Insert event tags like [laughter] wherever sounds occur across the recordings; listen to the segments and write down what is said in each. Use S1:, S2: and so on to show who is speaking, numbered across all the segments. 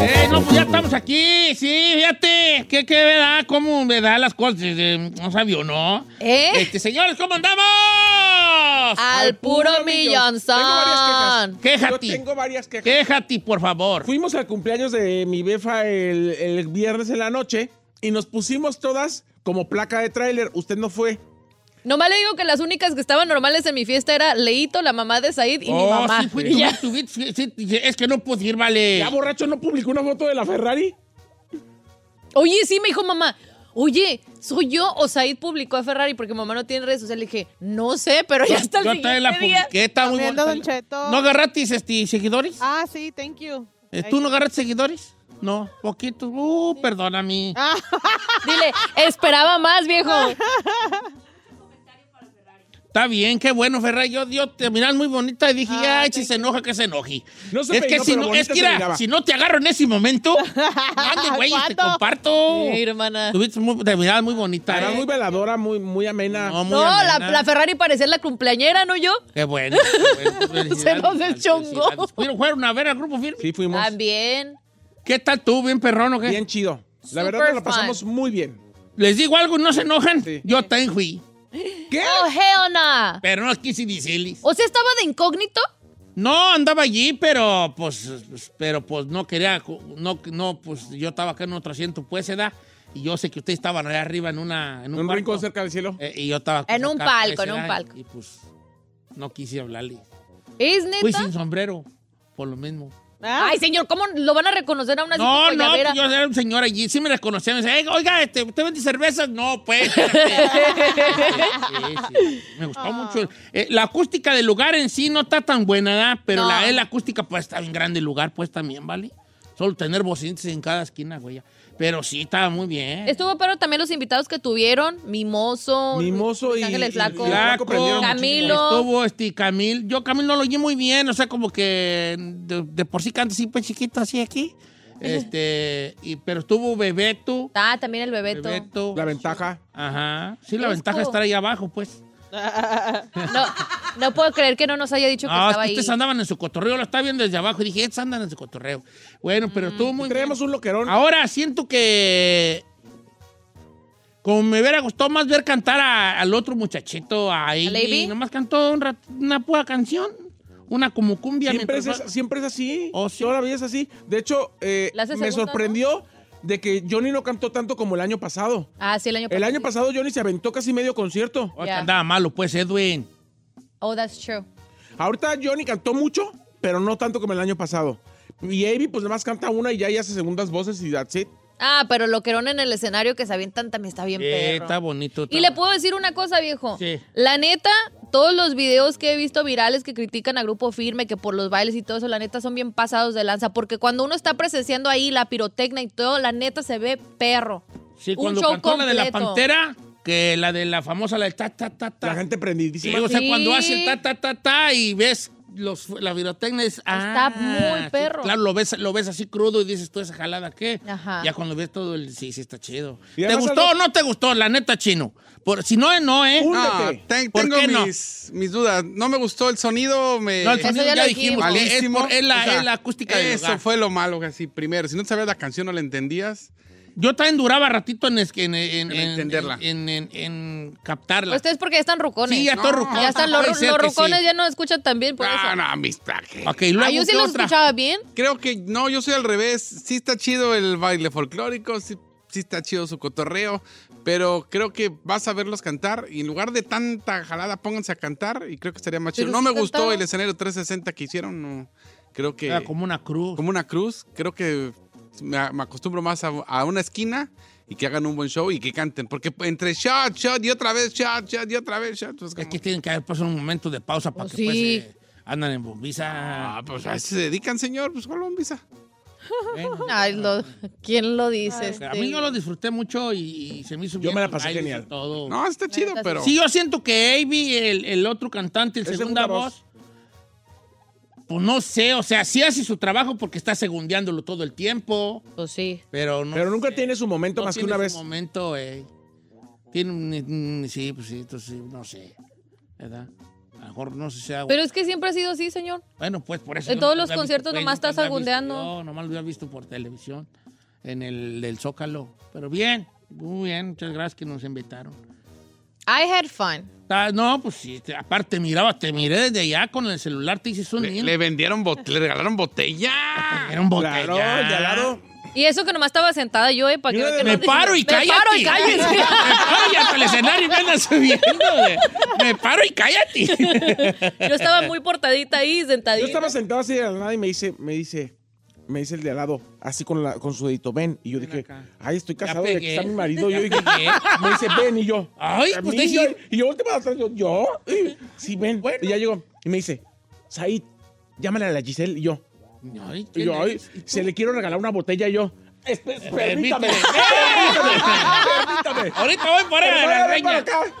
S1: Eh, no, pues ya estamos aquí, sí, fíjate, qué, qué verdad, cómo me da las cosas, eh, no sabio, ¿no?
S2: ¿Eh? Ah,
S1: Este, señores, ¿cómo andamos?
S2: Al puro
S3: Tengo varias
S2: millonzón.
S3: quejas.
S1: Quéjate.
S3: Yo tengo varias quejas.
S1: Quéjate, por favor.
S3: Fuimos al cumpleaños de mi befa el, el viernes en la noche y nos pusimos todas como placa de tráiler. Usted no fue.
S2: Nomás le digo que las únicas que estaban normales en mi fiesta era Leito, la mamá de Said y mi
S1: Oh,
S2: mamá.
S1: sí, fui,
S2: Y ya.
S1: tú, tú, sí, sí, sí, es que no puedo ir, vale.
S3: ¿Ya borracho no publicó una foto de la Ferrari?
S2: Oye, sí, me dijo mamá. Oye, ¿soy yo o Said publicó a Ferrari? Porque mamá no tiene redes sociales. Le dije, no sé, pero ya está el
S1: Yo
S2: siguiente
S1: también la
S2: día.
S1: publiqué, está muy
S4: Comiendo,
S1: bonita.
S4: Don Cheto.
S1: ¿No agarraste este, seguidores?
S4: Ah, sí, thank you.
S1: Eh,
S4: Ahí
S1: ¿Tú no
S4: está.
S1: agarraste seguidores? No, poquito. Uh, perdóname.
S2: Dile, esperaba más, viejo.
S1: [laughs] Está bien, qué bueno, Ferrari. Yo, yo te miras muy bonita y dije,
S2: Ah,
S1: ay, si se enoja, que se enoje.
S3: No se
S1: es
S3: peinó,
S1: que si
S3: pero
S1: no,
S3: bonita
S1: es que
S3: se
S1: mira,
S3: miraba.
S1: si no te agarro en ese
S2: [laughs]
S1: momento, ande, güey, y te
S4: ¿Cuándo?
S1: comparto.
S2: Sí, hermana.
S1: Tuviste muy, te mirabas muy bonita.
S3: Era
S1: ¿eh?
S3: muy veladora, muy, muy amena.
S1: No, muy
S2: No, la,
S1: amena.
S2: la Ferrari parecía la cumpleañera, ¿no yo.
S1: Qué
S2: [laughs]
S1: bueno. qué bueno. Felicidades,
S2: nos deschongó.
S1: felicidades. Fueron fueron a ver al grupo firme.
S3: Sí, fuimos.
S2: También.
S1: ¿Qué tal tú? ¿Bien perrón o qué?
S3: Bien chido. La verdad
S2: Super
S3: nos la pasamos muy bien.
S1: Les digo algo y no se enojan.
S3: Sí.
S1: Yo también fui.
S3: ¿Qué?
S2: Oh, hell nah.
S1: Pero no quise decirles.
S2: O sea, estaba de incógnito.
S1: No, andaba allí, pero pues, pues, pero pues no quería, no, no, pues yo estaba acá en otro asiento, pues, edad, y yo sé que ustedes estaban allá arriba en una, en un,
S3: Un rincón
S1: cuarto,
S3: cerca del cielo.
S1: eh, y yo estaba
S2: En
S1: pues,
S2: un
S1: acá,
S2: palco,
S1: pues,
S2: en un
S1: edad,
S2: palco.
S1: y pues no quise hablarle.
S2: ¿Es
S1: Fui
S2: neta?
S1: sin sombrero, por lo mismo.
S4: Ah,
S2: Ay, señor, ¿cómo lo van a reconocer a una así
S1: No,
S2: con
S1: no, pues
S2: guayabera?
S1: yo era un señor allí, sí me reconocía, me decía, "Eh, oiga, este, ¿usted vende cervezas? No, pues.
S2: [laughs]
S1: espérate. Sí, sí, sí. Me
S2: Ah.
S1: gustó mucho. Eh, la acústica del lugar en sí no está tan buena, ¿verdad? pero
S2: No.
S1: la, la acústica pues está bien grande el lugar, pues también, ¿vale? Solo tener bocinas en cada esquina, güey. Pero sí, estaba muy bien.
S2: Estuvo pero también los invitados que tuvieron, Mimoso,
S3: Mimoso
S2: Luis
S3: y-
S2: Ángeles
S3: y-
S2: Flaco.
S3: y Flaco.
S1: Flaco,
S2: Camilo.
S1: Estuvo este Camil. Yo Camil no lo oí muy bien, o sea, como que de, de por sí canta así, pues chiquito, así aquí. Este, y, pero estuvo Bebeto.
S2: Ah, también el Bebeto.
S1: Bebeto.
S3: La ventaja.
S1: Ajá. Sí, la
S2: Cruzco.
S1: ventaja es estar ahí abajo, pues.
S4: [laughs]
S2: No, no puedo creer que no nos haya dicho que
S1: Ah, es
S2: estaba
S1: que
S2: ahí.
S1: ustedes andaban en su cotorreo, lo estaba viendo desde abajo y dije, estos andan en su cotorreo. Bueno,
S2: Mm.
S1: pero estuvo muy bien.
S3: Traemos un loquerón.
S1: Ahora siento que. Como me hubiera gustado más ver cantar a- al otro muchachito ahí.
S2: ¿A Leiby?
S1: Nomás cantó un rat- una pura canción. Una como cumbia.
S3: Siempre es,
S1: mientras va-
S3: siempre es así.
S1: Oh, sí.
S3: Toda la vida es así. De hecho, eh,
S2: La hace
S3: me
S2: segunda,
S3: sorprendió de que Johnny no cantó tanto como el año pasado.
S2: Ah, sí, el año
S3: El año pasado Johnny se aventó casi medio concierto.
S1: Oh, que
S2: Ya.
S1: Andaba malo, pues, Edwin.
S2: Oh, that's true.
S3: Ahorita Johnny cantó mucho, pero no tanto como el año pasado. Y Avi pues nada más canta una y ya y hace segundas voces y that's it.
S2: Ah, pero loquerón en el escenario que se avientan también está bien
S1: Eh,
S2: perro.
S1: está bonito.
S2: Y
S1: está-
S2: le puedo decir una cosa, viejo.
S1: Sí.
S2: La neta, todos los videos que he visto virales que critican a Grupo Firme, que por los bailes y todo eso, la neta son bien pasados de lanza. Porque cuando uno está presenciando ahí la pirotecnia y todo, la neta se ve perro.
S1: Sí,
S2: un
S1: cuando
S2: show
S1: cantó la de la
S2: completo.
S1: pantera, que la de la famosa, la de ta, ta, ta, ta.
S3: La gente
S1: Sí,
S3: prendidísima.
S1: o sea,
S2: Sí.
S1: cuando hace el ta, ta, ta, ta y ves los, la pirotecnia es...
S2: Está muy
S1: sí,
S2: perro.
S1: Claro, lo ves, lo ves así crudo y dices tú esa jalada, ¿qué?
S2: Ajá.
S1: Ya cuando ves todo el... Sí, sí, está chido.
S3: Y
S1: ¿Te
S3: además
S1: gustó
S3: algo-
S1: o no te gustó? La neta, chino. Por, si no, no, ¿eh?
S3: Un-
S4: Ah,
S3: Úndete.
S4: ten-
S1: ¿Por
S4: tengo
S1: qué no?
S4: mis, mis dudas. No me gustó el sonido. Me...
S1: No, el sonido
S2: Eso ya
S1: ya,
S2: lo
S1: dijimos.
S2: dijimos.
S1: que Es, por- es la,
S4: O sea,
S1: es la acústica del
S4: Eso
S1: lugar.
S4: fue lo malo, así primero. Si no sabías la canción, no la entendías.
S1: Yo también duraba ratito en, es- en, en,
S4: En
S1: en-
S4: entenderla.
S1: En, en- en captarla.
S2: Ustedes Pues porque ya están rucones.
S1: Sí, ya todos rucones.
S2: este Ya están los,
S1: Puede ser
S2: los
S1: que
S2: rucones,
S1: sí.
S2: ya no escuchan tan bien por
S4: Ah,
S2: eso.
S4: no, mis plaques.
S1: Ok, luego,
S2: Ah, yo sí
S1: ¿qué
S2: los
S1: otra?
S2: escuchaba bien.
S4: Creo que no, yo soy al revés. Sí está chido el baile folclórico, sí, sí está chido su cotorreo, pero creo que vas a verlos cantar y en lugar de tanta jalada pónganse a cantar y creo que estaría más chido.
S2: Pero
S4: No
S2: sí
S4: me gustó
S2: cantaron.
S4: el escenario 360 que hicieron, no. Creo que
S1: Era Ah, como una cruz.
S4: como una cruz, creo que me, me acostumbro más a, a una esquina y que hagan un buen show y que canten, porque entre shot, shot y otra vez shot, shot y otra vez shot, pues
S1: Es
S4: como-
S1: que tienen que haber pasado un momento de pausa para
S2: Pues
S1: que pues,
S2: sí.
S1: eh, andan en bombiza.
S4: Ah, pues a eso se dedican, señor, pues ¿cuál visa?
S1: Bueno.
S2: Ay, lo- ¿quién lo dice? este?
S1: Eh, A mí yo lo disfruté mucho y, y se me hizo
S3: Yo
S1: bien
S3: me la
S1: los
S3: pasé
S1: bailes y
S3: genial.
S1: Todo.
S4: No, está chido,
S2: está
S4: pero
S1: Sí, yo siento que Avi, el, el otro cantante, el
S3: El
S1: segunda,
S3: segunda
S1: voz, pues no sé, o sea, sí hace su trabajo porque está segundeándolo todo el tiempo,
S2: Pues sí.
S1: pero no
S3: Pero nunca
S1: sé,
S3: tiene su momento
S1: no
S3: más que
S1: tiene
S3: una
S1: su
S3: vez.
S1: momento, eh. Tiene un- un- sí, pues sí, entonces sí, no sé, ¿verdad? A lo mejor no sé si sea...
S2: Pero es que siempre ha sido así, señor.
S1: Bueno, pues por eso.
S2: En
S1: yo
S2: todos
S1: nunca
S2: los
S1: había
S2: conciertos
S1: pues,
S2: nomás
S1: nunca
S2: estás
S1: había visto
S2: agudeando.
S1: yo, nomás lo había visto por televisión, en el del Zócalo. Pero bien, muy bien, muchas gracias que nos invitaron.
S2: I had fun.
S1: Ah, no, pues sí, te- aparte miraba, te miré desde allá con el celular, te hiciste un
S4: le,
S1: niño.
S4: le vendieron, bot- le regalaron
S1: [laughs]
S4: botella.
S1: Era un botella.
S3: Claro, ya lado.
S2: Y eso que nomás estaba sentada yo, ¿eh? Para que
S3: Yo
S2: vean que
S1: Me
S2: no-
S1: paro y
S2: me
S1: cállate.
S2: paro y
S1: [laughs]
S2: cállate.
S1: Me paro y hasta el escenario y me andas subiendo. güey. Me paro y cállate.
S2: [laughs] Yo estaba muy portadita ahí, sentadita.
S3: Yo estaba sentado así de la nada y me dice, me dice, me dice el de al lado, así con, la, con su dedito, ven. Y yo dije,
S1: acá.
S3: ay, estoy
S1: Ya
S3: casado, y aquí
S1: pegué.
S3: está mi marido.
S1: Ya
S3: Yo dije,
S1: pegué.
S3: me dice, ven, y yo.
S1: Ay,
S3: a
S1: pues
S3: mí,
S1: deje
S3: yo-
S1: ir.
S3: Y yo volteo para atrás, yo, ¿yo? Sí, ven. Y ya llegó, y me dice, Said, llámale a la Giselle, y yo.
S1: Ay,
S3: Y
S1: ¿quién
S3: yo, ay,
S1: eres?
S3: se le quiero regalar una botella, y yo. "Espe-
S1: Permíteme.
S3: Permítame, permítame, permítame.
S1: Ahorita voy por
S3: Pero
S1: ahí. [laughs] a la
S3: vaya, ven para
S1: reña.
S3: acá.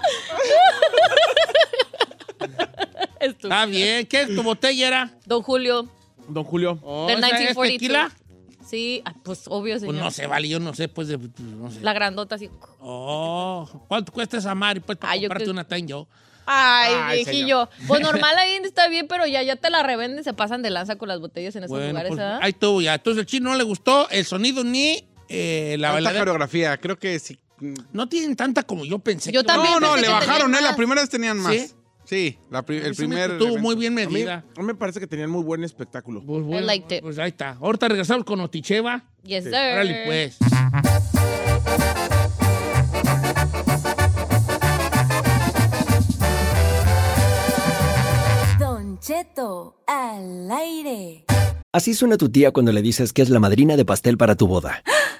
S2: Estúpido.
S1: Está bien. ¿Qué? ¿Tu botella era?
S2: Don Julio,
S3: Don Julio.
S1: Oh,
S2: del
S1: ¿esa es
S2: 1942.
S1: tequila?
S2: Sí, ah, pues obvio,
S1: Pues
S2: señor.
S1: no se vale, yo no sé, pues, de- no sé.
S2: La grandota así.
S1: Oh, ¿cuánto cuesta esa Mari? Pues para
S2: Ay, yo
S1: comprarte
S2: creo-
S1: una tan yo.
S2: Ay,
S1: Ay,
S2: viejillo. Pues normal ahí está bien, pero ya, ya te la revenden, se pasan de lanza con las botellas en esos
S1: Bueno,
S2: lugares, ¿ah?
S1: pues,
S2: ¿verdad?
S1: ahí todo ya. Entonces el chino no le gustó el sonido ni eh, la
S4: La
S1: bailadera.
S4: coreografía, creo que sí.
S1: No tienen tanta como yo pensé.
S2: Yo
S1: que-
S2: también
S4: No, no,
S2: pensé
S4: le
S2: que
S4: bajaron,
S2: tenían
S4: ¿eh? La
S2: más.
S4: primera vez tenían más.
S1: ¿Sí?
S4: Sí, la pri- el
S1: Sí me
S4: primer.
S1: Estuvo
S4: evento.
S1: muy bien
S3: A mí,
S1: medida.
S3: a mí me parece que tenían muy buen espectáculo.
S1: Pues, bueno,
S2: liked it.
S1: pues ahí está. Ahorita regresamos con Oticheva.
S2: Yes, sir.
S1: Órale, pues.
S5: Don Cheto, al aire.
S6: Así suena tu tía cuando le dices que es la madrina de pastel para tu boda.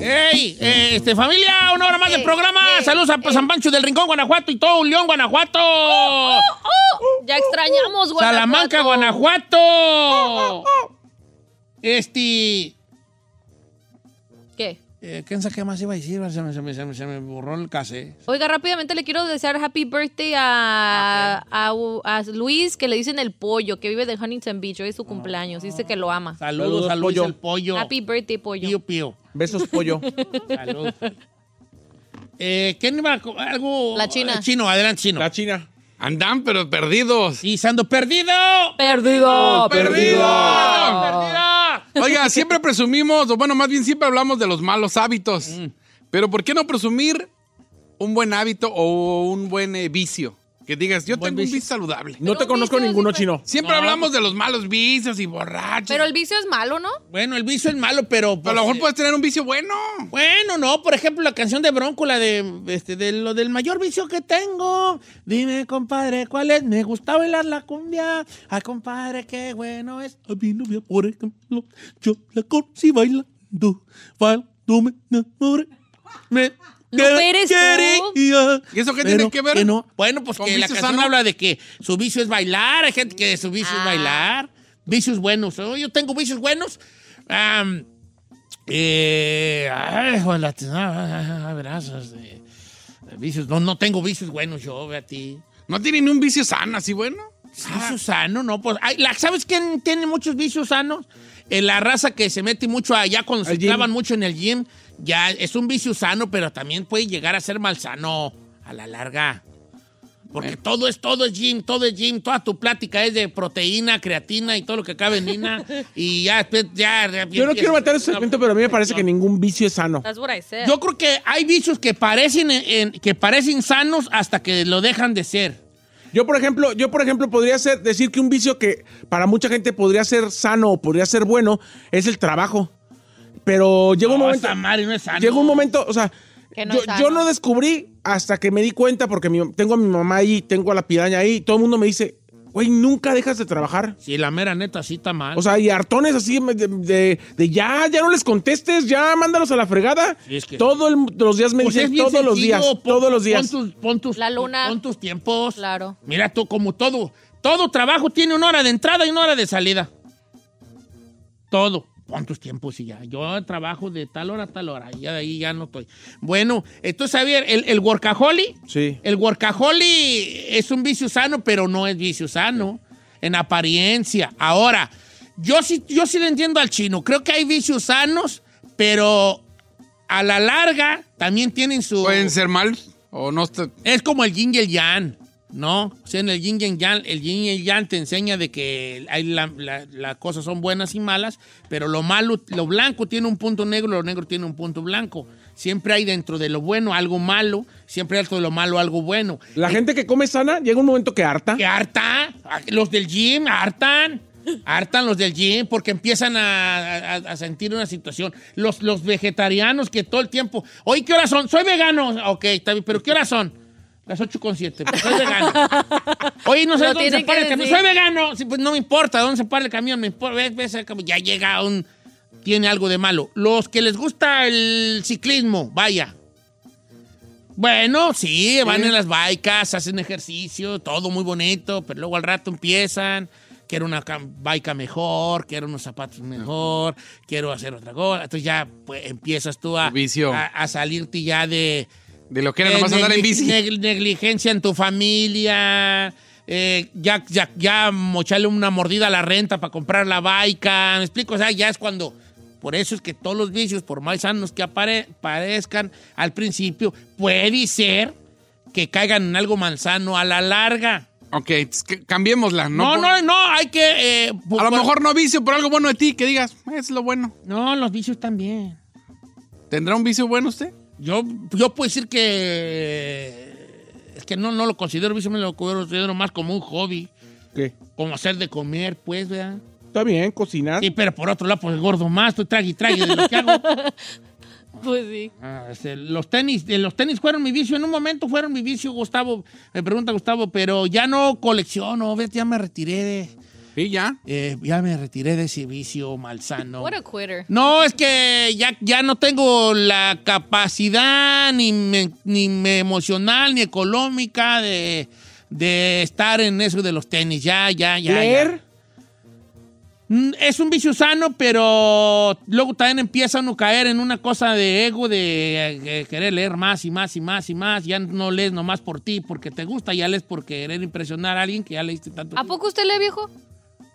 S1: ¡Ey! eh, este, familia,
S2: Oh,
S1: una hora más del programa. Saludos a San Pancho del Rincón, Guanajuato y todo León, Guanajuato.
S2: Ya extrañamos, güey.
S1: Salamanca,
S2: Oh,
S1: Guanajuato. Este.
S2: ¿Qué?
S1: eh, ¿Quién sabe qué más iba a decir? Se me, se me- se me- se me borró el casé.
S2: Oiga, rápidamente le quiero desear happy birthday a, a- a Luis, que le dicen el pollo, que vive de Huntington Beach. Hoy es su cumpleaños. Dice que lo ama.
S1: Saludos,
S3: Saludos,
S1: saludos,
S3: pollo.
S1: el pollo.
S2: Happy birthday, pollo.
S1: Pío, pío.
S3: Besos, pollo.
S1: [laughs] Saludos. eh, ¿Quién iba a co- algo? eh,
S2: La china.
S1: Chino, adelante, chino.
S3: La China.
S4: Andan, pero perdidos.
S1: Y Sando perdido.
S2: Perdido,
S1: Perdido.
S4: Oiga, siempre presumimos, o bueno, más bien siempre hablamos de los malos hábitos. Pero ¿por qué no presumir un buen hábito o un buen eh, vicio? Que digas, yo
S1: Buen
S4: tengo un
S1: vicio.
S4: vicio saludable.
S3: No te
S2: Pero
S3: conozco
S2: viste,
S3: ninguno
S2: sí,
S3: chino.
S4: Siempre hablamos de los malos vicios y borrachos.
S2: Pero el vicio es malo, ¿no?
S1: Bueno, el vicio es malo, pero.
S4: Pero a lo mejor
S1: pues,
S4: puedes tener un vicio bueno.
S1: Bueno, no, por ejemplo, la canción de Bronco, la de, este, de lo del mayor vicio que tengo. Dime, compadre, ¿cuál es? Me gusta bailar la cumbia. Ay, compadre, qué bueno es. A mi novia, por ejemplo, yo la conocí bailando. Bailando, me enamoré. Me
S2: No, pero es tú.
S1: quería.
S4: ¿Y eso qué
S1: Pero
S4: tiene que ver?
S1: no. Bueno, pues
S4: ¿Con
S1: que la
S4: vicio
S1: canción
S4: sano?
S1: habla de que su vicio es bailar. Hay gente que su vicio es
S2: Ah.
S1: bailar. Vicios buenos. Oh, yo tengo vicios buenos. Am, eh, ay, hijo de la t- ah, ah, verás, este, vicios. No, no tengo vicios buenos yo, ve a ti.
S4: ¿No tiene ni un vicio sano así bueno?
S1: Vicio sano, no, pues. ay, la- ¿Sabes quién tiene muchos vicios sanos? Eh, la raza que se mete mucho allá cuando se
S3: Al gym.
S1: clavan mucho en el gym, ya es un vicio sano, pero también puede llegar a ser mal sano a la larga.
S3: Eh.
S1: Porque todo es, todo es gym, todo es gym, toda tu plática es de proteína, creatina y todo lo que cabe en
S3: [laughs]
S1: Nina. y ya, después, ya, ya
S3: Yo no
S1: empiezas-
S3: quiero matar ese segmento, pero a mí me parece que ningún vicio es sano.
S2: That's what I said.
S1: Yo creo que hay vicios que parecen, eh, en- en- que parecen sanos hasta que lo dejan de ser.
S3: Yo, por ejemplo, yo, por ejemplo, podría ser, decir que un vicio que para mucha gente podría ser sano o podría ser bueno es el trabajo. Pero llega un
S1: No,
S3: momento.
S1: esa madre no es Oh, sano.
S3: Llega un momento, o sea,
S2: Que no
S3: yo,
S2: es sano.
S3: yo no descubrí hasta que me di cuenta porque mi- tengo a mi mamá ahí, tengo a la piraña ahí, todo el mundo me dice, güey, nunca dejas de trabajar.
S1: Sí, la mera neta sí está mal.
S3: O sea, y hartones así me- de, de- de ya, ya no les contestes, ya mándalos a la fregada.
S1: Sí, es que-
S3: Todos los días me
S1: Pues es
S3: dicen,
S1: bien
S3: todos los
S1: sencillo,
S3: días,
S1: pon-
S3: todos los días.
S1: Pon tus, pon tus-
S2: La luna.
S1: pon tus tiempos.
S2: Claro.
S1: Mira tú, como todo. Todo trabajo tiene una hora de entrada y una hora de salida. Todo. Pon tus tiempos y ya. Yo trabajo de tal hora a tal hora. Y ya de ahí ya no estoy. Bueno, entonces, Javier, el, el workaholic.
S3: Sí.
S1: El workaholic es un vicio sano, pero no es vicio sano. En apariencia. Ahora, yo sí, yo sí le entiendo al chino. Creo que hay vicios sanos, pero a la larga también tienen su.
S4: Pueden ser mal o no. está-
S1: Es como el yin y el yang, ¿no? O sea, en el yin y el yang, el yin y el yang te enseña de que hay la- la- las cosas son buenas y malas, pero lo malo, lo blanco tiene un punto negro, lo negro tiene un punto blanco. Siempre hay dentro de lo bueno algo malo, siempre hay dentro de lo malo algo bueno.
S3: La gente que come sana llega un momento que harta.
S1: Eh, Que harta, Ah, los del gym hartan, hartan los del gym porque empiezan a, a- a sentir una situación. Los, los vegetarianos que todo el tiempo, oye, ¿qué horas son? Soy vegano. Ok, está bien, pero ¿qué horas son? Las 8 con 7, soy
S2: [laughs]
S1: vegano. Oye, no sé
S2: Lo
S1: dónde se
S2: tienen
S1: para
S2: que
S1: el camión.
S2: decir.
S1: Soy vegano. Sí, pues no me importa dónde se para el camión. Me importa, ves, ves, como ya llega un. Tiene algo de malo. Los que les gusta el ciclismo, vaya. Bueno, sí, van en las bicas, hacen ejercicio, todo muy bonito, pero luego al rato empiezan. Quiero una cam- bica mejor, quiero unos zapatos mejor, quiero hacer otra cosa. Entonces ya pues, empiezas tú a,
S4: Tu vicio.
S1: a, a salirte ya de,
S4: De lo que era
S1: eh,
S4: nomás andar en
S1: negli-
S4: bici.
S1: neg- negligencia en tu familia. eh, ya, ya, ya mocharle una mordida a la renta para comprar la baica. ¿Me explico? O sea, ya es cuando. Por eso es que todos los vicios, por más sanos que apare- parezcan al principio, puede ser que caigan en algo manzano a la larga.
S4: Ok, pues, que- cambiémosla.
S1: No,
S4: No,
S1: no, no, hay que. eh,
S4: A lo
S1: por-
S4: mejor no vicio, pero algo bueno de ti, que digas, es lo bueno.
S1: No, los vicios también.
S4: ¿Tendrá un vicio bueno usted?
S1: Yo, yo puedo decir que. Es que no, no lo considero vicio, me lo considero más como un hobby.
S3: ¿Qué?
S1: como hacer de comer, pues, ¿verdad?
S3: Está bien, cocinar.
S1: Sí, pero por otro lado, pues gordo más, estoy trague y trague de lo que hago.
S2: Pues sí.
S1: Ah, este, los tenis, de los tenis fueron mi vicio, en un momento fueron mi vicio, Gustavo, me pregunta Gustavo, pero ya no colecciono, ves, ya me retiré de,
S4: Sí, ya.
S1: eh, ya me retiré de ese vicio malsano.
S2: What a quitter.
S1: No, es que ya, ya no tengo la capacidad ni, me- ni me emocional ni económica de, de estar en eso de los tenis. Ya, ya, ya. ya.
S3: ¿Leer?
S1: Mm, Es un vicio sano, pero luego también empieza uno a caer en una cosa de ego, de eh, querer leer más y más y más y más. Ya no lees nomás por ti, porque te gusta, ya lees por querer impresionar a alguien que ya leíste tanto.
S2: ¿A poco usted lee, viejo?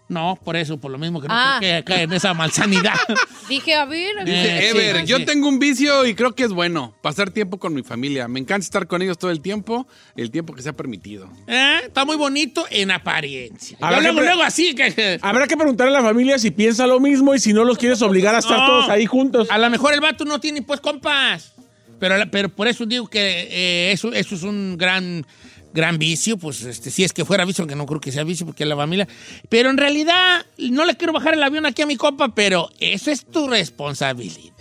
S1: No, por eso, por lo mismo que no
S2: Ah.
S1: creo que cae en esa malsanidad. [laughs]
S2: Dije, a ver.
S1: Eh,
S4: Dice Ever,
S1: sí,
S4: yo
S1: sí.
S4: tengo un vicio y creo que es bueno. Pasar tiempo con mi familia. Me encanta estar con ellos todo el tiempo, el tiempo que sea permitido.
S1: Eh, Está muy bonito en apariencia.
S3: A
S1: Yo
S3: ver,
S1: luego,
S3: siempre-
S1: luego así que...
S3: Habrá que preguntarle a la familia si piensa lo mismo y si no los quieres obligar a estar
S1: No.
S3: todos ahí juntos.
S1: A lo mejor el vato no tiene pues compas. Pero, la- pero por eso digo que eh, eso, eso es un gran, gran vicio. Pues este, si es que fuera vicio, que no creo que sea vicio porque es la familia. Pero en realidad no le quiero bajar el avión aquí a mi compa, pero eso es tu responsabilidad.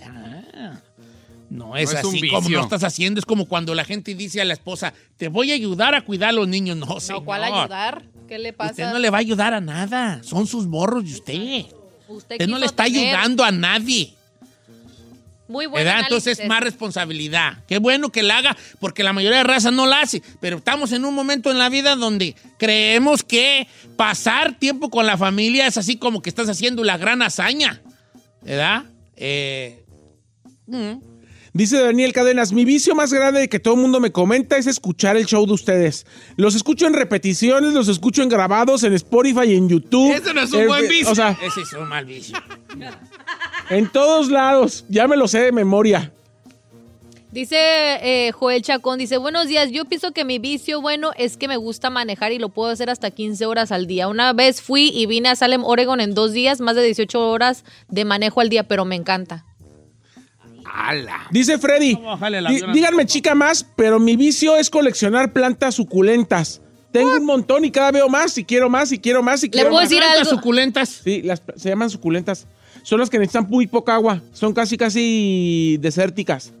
S1: No es,
S4: es un
S1: así como
S4: vicio.
S1: lo estás haciendo. Es como cuando la gente dice a la esposa, te voy a ayudar a cuidar a los niños. No,
S2: No, ¿cuál
S1: señor.
S2: ayudar? ¿Qué le pasa?
S1: Usted no le va a ayudar a nada. Son sus morros de usted. Usted no
S2: quiso
S1: le está
S2: tener
S1: ayudando a nadie.
S2: Muy
S1: ¿verdad?
S2: buena.
S1: Entonces es más responsabilidad. Qué bueno que la haga, porque la mayoría de raza no la hace. Pero estamos en un momento en la vida donde creemos que pasar tiempo con la familia es así como que estás haciendo la gran hazaña. ¿Verdad? Eh,
S3: Dice Daniel Cadenas, mi vicio más grande que todo el mundo me comenta es escuchar el show de ustedes. Los escucho en repeticiones, los escucho en grabados, en Spotify, en YouTube.
S4: Ese no es un
S3: En-
S4: buen vicio.
S3: Eh, O sea,
S1: ese es un mal vicio.
S3: en todos lados. Ya me lo sé de memoria.
S2: Dice eh, Joel Chacón, dice, buenos días, yo pienso que mi vicio bueno es que me gusta manejar y lo puedo hacer hasta 15 horas al día. Una vez fui y vine a Salem, Oregon en dos días, más de 18 horas de manejo al día, pero me encanta.
S4: ¡Hala!
S3: Dice Freddy,
S1: ¿Cómo bajarle el
S3: di-
S1: avión a
S3: díganme chica más, pero mi vicio es coleccionar plantas suculentas. Tengo un montón y cada veo más y quiero más y quiero más y quiero
S2: puedo
S3: más.
S2: decir-
S1: Plantas
S2: algo.
S1: suculentas.
S3: Sí, las, se llaman suculentas. Son las que necesitan muy poca agua. Son casi, casi desérticas.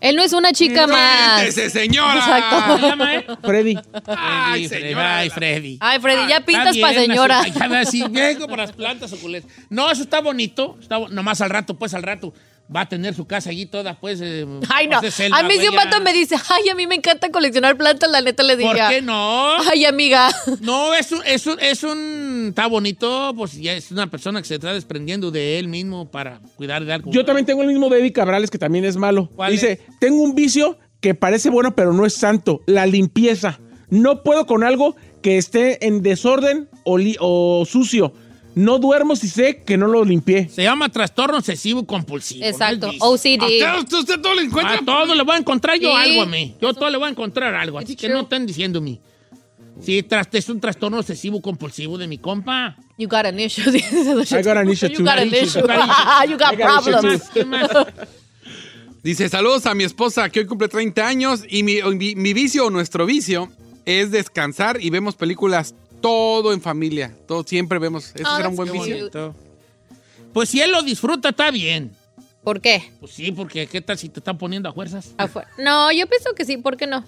S2: Él no es una chica más.
S4: ¡Siéntese, señora!
S1: ¿Cómo se llama, eh?
S3: Freddy.
S4: Ay,
S1: Freddy, Freddy,
S4: señora.
S1: ay, Freddy.
S2: Ay, Freddy, ya pintas
S1: Está
S2: para
S1: bien, [laughs]
S2: señora.
S1: así- ya así, vengo por las plantas suculentas. No, eso está bonito. Está, bo- nomás al rato, pues al rato va a tener su casa allí toda, pues. eh,
S2: Ay, no.
S1: pues, de selva,
S2: a mí si
S1: güey,
S2: un
S1: ya.
S2: vato me dice, ay, a mí me encanta coleccionar plantas, la neta le
S1: ¿Por
S2: diría.
S1: qué no?
S2: Ay, amiga.
S1: No, es un, es un, es un- está bonito, pues ya es una persona que se está desprendiendo de él mismo para cuidar de algo.
S3: Yo también tengo el mismo de Eddie Cabrales, que también es malo.
S1: ¿Cuál
S3: Dice, tengo un vicio que parece bueno, pero no es santo. La limpieza. No puedo con algo que esté en desorden o, li- o sucio. No duermo si sé que no lo limpié.
S1: Se llama trastorno obsesivo compulsivo.
S2: Exacto,
S1: O sea,
S4: ¿A
S2: OCD.
S4: usted, usted- usted todo le encuentra?
S1: a todo le voy a encontrar yo
S2: Sí.
S1: algo a mí. Yo todo le voy a encontrar algo. Así
S2: It's
S1: que
S2: true.
S1: no están diciendo a mí. Sí, tras- es un trastorno obsesivo compulsivo de mi compa.
S2: You got an issue. [laughs] I
S3: got an issue
S2: You
S3: too.
S2: got an issue.
S1: I got
S2: [laughs] You got
S3: I got issue
S2: problems.
S1: ¿Qué más?
S4: Dice, saludos a mi esposa que hoy cumple 30 años y mi, mi- mi vicio o nuestro vicio es descansar y vemos películas todo en familia. Todo siempre vemos. Eso
S2: Ah,
S4: será un
S2: that's
S4: buen vicio.
S2: cute.
S1: Pues si él lo disfruta, está bien.
S2: ¿Por qué?
S1: Pues sí, porque ¿qué tal si te están poniendo a fuerzas?
S2: Afuera. No, yo pienso que sí, ¿por qué no?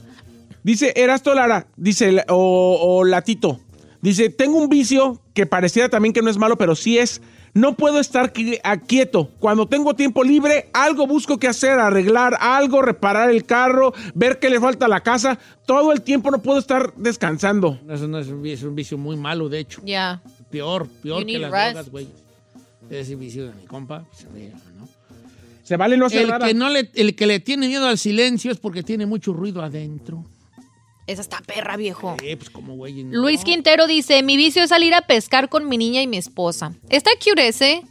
S3: Dice Erasto Lara, dice, la- o, o Latito. Dice, tengo un vicio que pareciera también que no es malo, pero sí es. No puedo estar qui- a- quieto. Cuando tengo tiempo libre, algo busco que hacer, arreglar algo, reparar el carro, ver qué le falta a la casa. Todo el tiempo no puedo estar descansando.
S1: Eso no es un vicio, es un vicio muy malo, de hecho.
S2: Ya.
S1: Peor, peor
S2: You
S1: que
S2: need
S1: las
S2: rest.
S1: drogas, güey. Ese vicio de mi compa. pues, ¿no?
S3: Se vale no hacer
S1: El,
S3: nada.
S1: que no le, el que le tiene miedo al silencio es porque tiene mucho ruido adentro.
S2: Esa está perra, viejo.
S1: Eh, pues como güey. no.
S2: Luis Quintero dice, mi vicio es salir a pescar con mi niña y mi esposa. Está cute ese.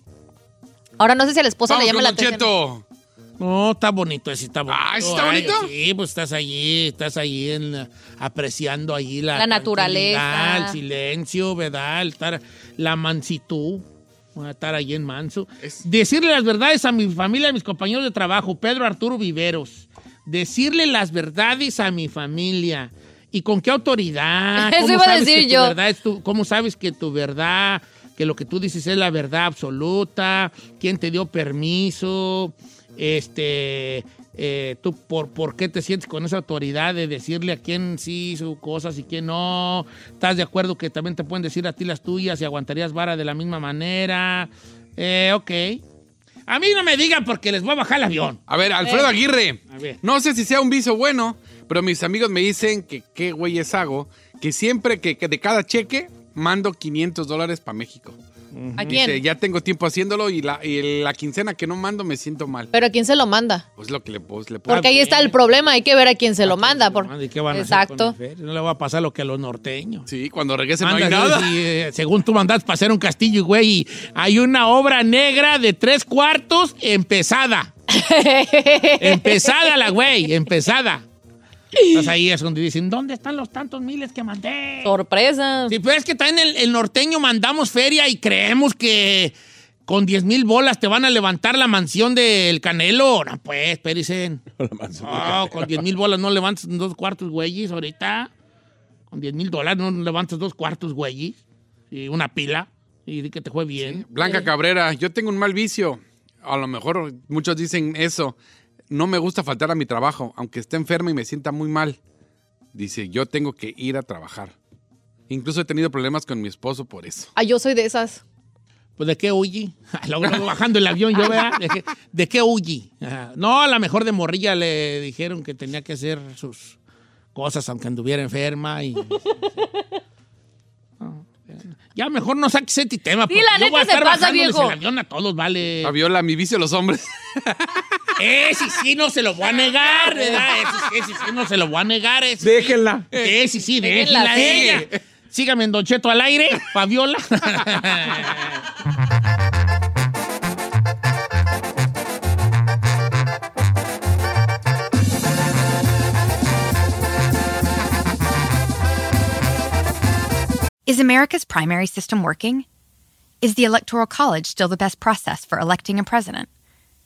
S2: Ahora no sé si a la esposa
S4: Vamos
S2: le llama
S4: con
S2: la
S4: Don
S2: atención.
S4: Cheto.
S1: No, está bonito ese, está bonito.
S4: Ah, ¿ese está
S1: Ay,
S4: bonito?
S1: sí, pues estás allí, estás allí en la- apreciando allí la,
S2: La naturaleza.
S1: tranquilidad, El silencio, ¿verdad? El estar- la mansitud. Voy a estar allí en manso.
S4: Es-
S1: Decirle las verdades a mi familia, a mis compañeros de trabajo, Pedro Arturo Viveros. Decirle las verdades a mi familia. ¿Y con qué autoridad?
S2: [laughs] Eso
S1: ¿Cómo
S2: iba a
S1: sabes
S2: decir
S1: que tu
S2: yo.
S1: verdad es tu- ¿Cómo sabes que tu verdad, que lo que tú dices es la verdad absoluta? ¿Quién te dio permiso? Este, eh, ¿tú por, por qué te sientes con esa autoridad de decirle a quién sí hizo cosas y quién no? ¿Estás de acuerdo que también te pueden decir a ti las tuyas y aguantarías vara de la misma manera? Eh, ok. A mí no me digan porque les voy a bajar el avión.
S4: A ver,
S2: Eh.
S4: Alfredo Aguirre.
S1: A ver.
S4: No sé si sea un vicio bueno, pero mis amigos me dicen que qué güeyes hago, que siempre que, que de cada cheque mando 500 dólares para México.
S2: ¿A
S4: Dice,
S2: quién?
S4: ya tengo tiempo haciéndolo y la, y la quincena que no mando me siento mal.
S2: ¿Pero a quién se lo
S3: Ah,
S2: manda?
S4: Pues lo que le, pues, le puedo.
S2: Porque ahí está el problema, hay que ver a quién se lo manda. por-
S7: ¿Y qué van a hacer con
S2: Exacto.
S7: el Fer? No le va a pasar lo que a los norteños.
S4: Sí, cuando regrese no hay
S7: Andas,
S4: nada.
S7: sí,
S1: Eh, según tú mandas para hacer un castillo, güey, y hay una obra negra de tres cuartos
S4: [laughs]
S1: empezada. empezada la güey, empezada. Estás ahí es donde dicen, ¿dónde están los tantos miles que
S4: Oh,
S1: mandé?
S2: Sorpresa.
S1: Sí, pero es que también el, el norteño mandamos feria y creemos que con 10 mil bolas te van a levantar la mansión del Canelo. No, pues, espérisen. No, con 10 mil bolas no levantas dos cuartos, güeyes, ahorita. Con 10 mil dólares no levantas dos cuartos, güeyes. Y una pila. Y di que te fue bien.
S4: Blanca Cabrera, yo tengo un mal vicio. A lo mejor muchos dicen eso. No me gusta faltar a mi trabajo, aunque esté enferma y me sienta muy mal. Dice, yo tengo que ir a trabajar. Incluso he tenido problemas con mi esposo por eso.
S2: Ah, yo soy de esas.
S1: Pues, ¿de qué huye? [laughs] Luego, luego bajando el avión, yo, ¿verdad? ¿De qué, de qué huye? Ajá. No, a lo mejor de morrilla le dijeron que tenía que hacer sus cosas aunque anduviera enferma y... [laughs] Ya mejor no saques este tema.
S2: Sí,
S1: porque
S2: la
S1: yo voy
S2: neta
S1: a
S2: se
S1: estar
S2: pasa,
S1: bajándoles
S2: viejo.
S1: el avión a todos, vale.
S4: La viola, mi vicio los hombres.
S1: Eh, sí, sí, no se lo voy a negar, ¿verdad? Eh, sí, sí, sí, sí, no se lo voy a negar. eh,
S4: [laughs]
S1: sí,
S3: Déjenla.
S1: Eh, sí, sí,
S2: Déjenla,
S1: déjenla
S2: sí.
S1: ella. Sígame en Don Cheto al aire, Fabiola. [laughs]
S8: Is America's primary system working? Is the Electoral College still the best process for electing a president?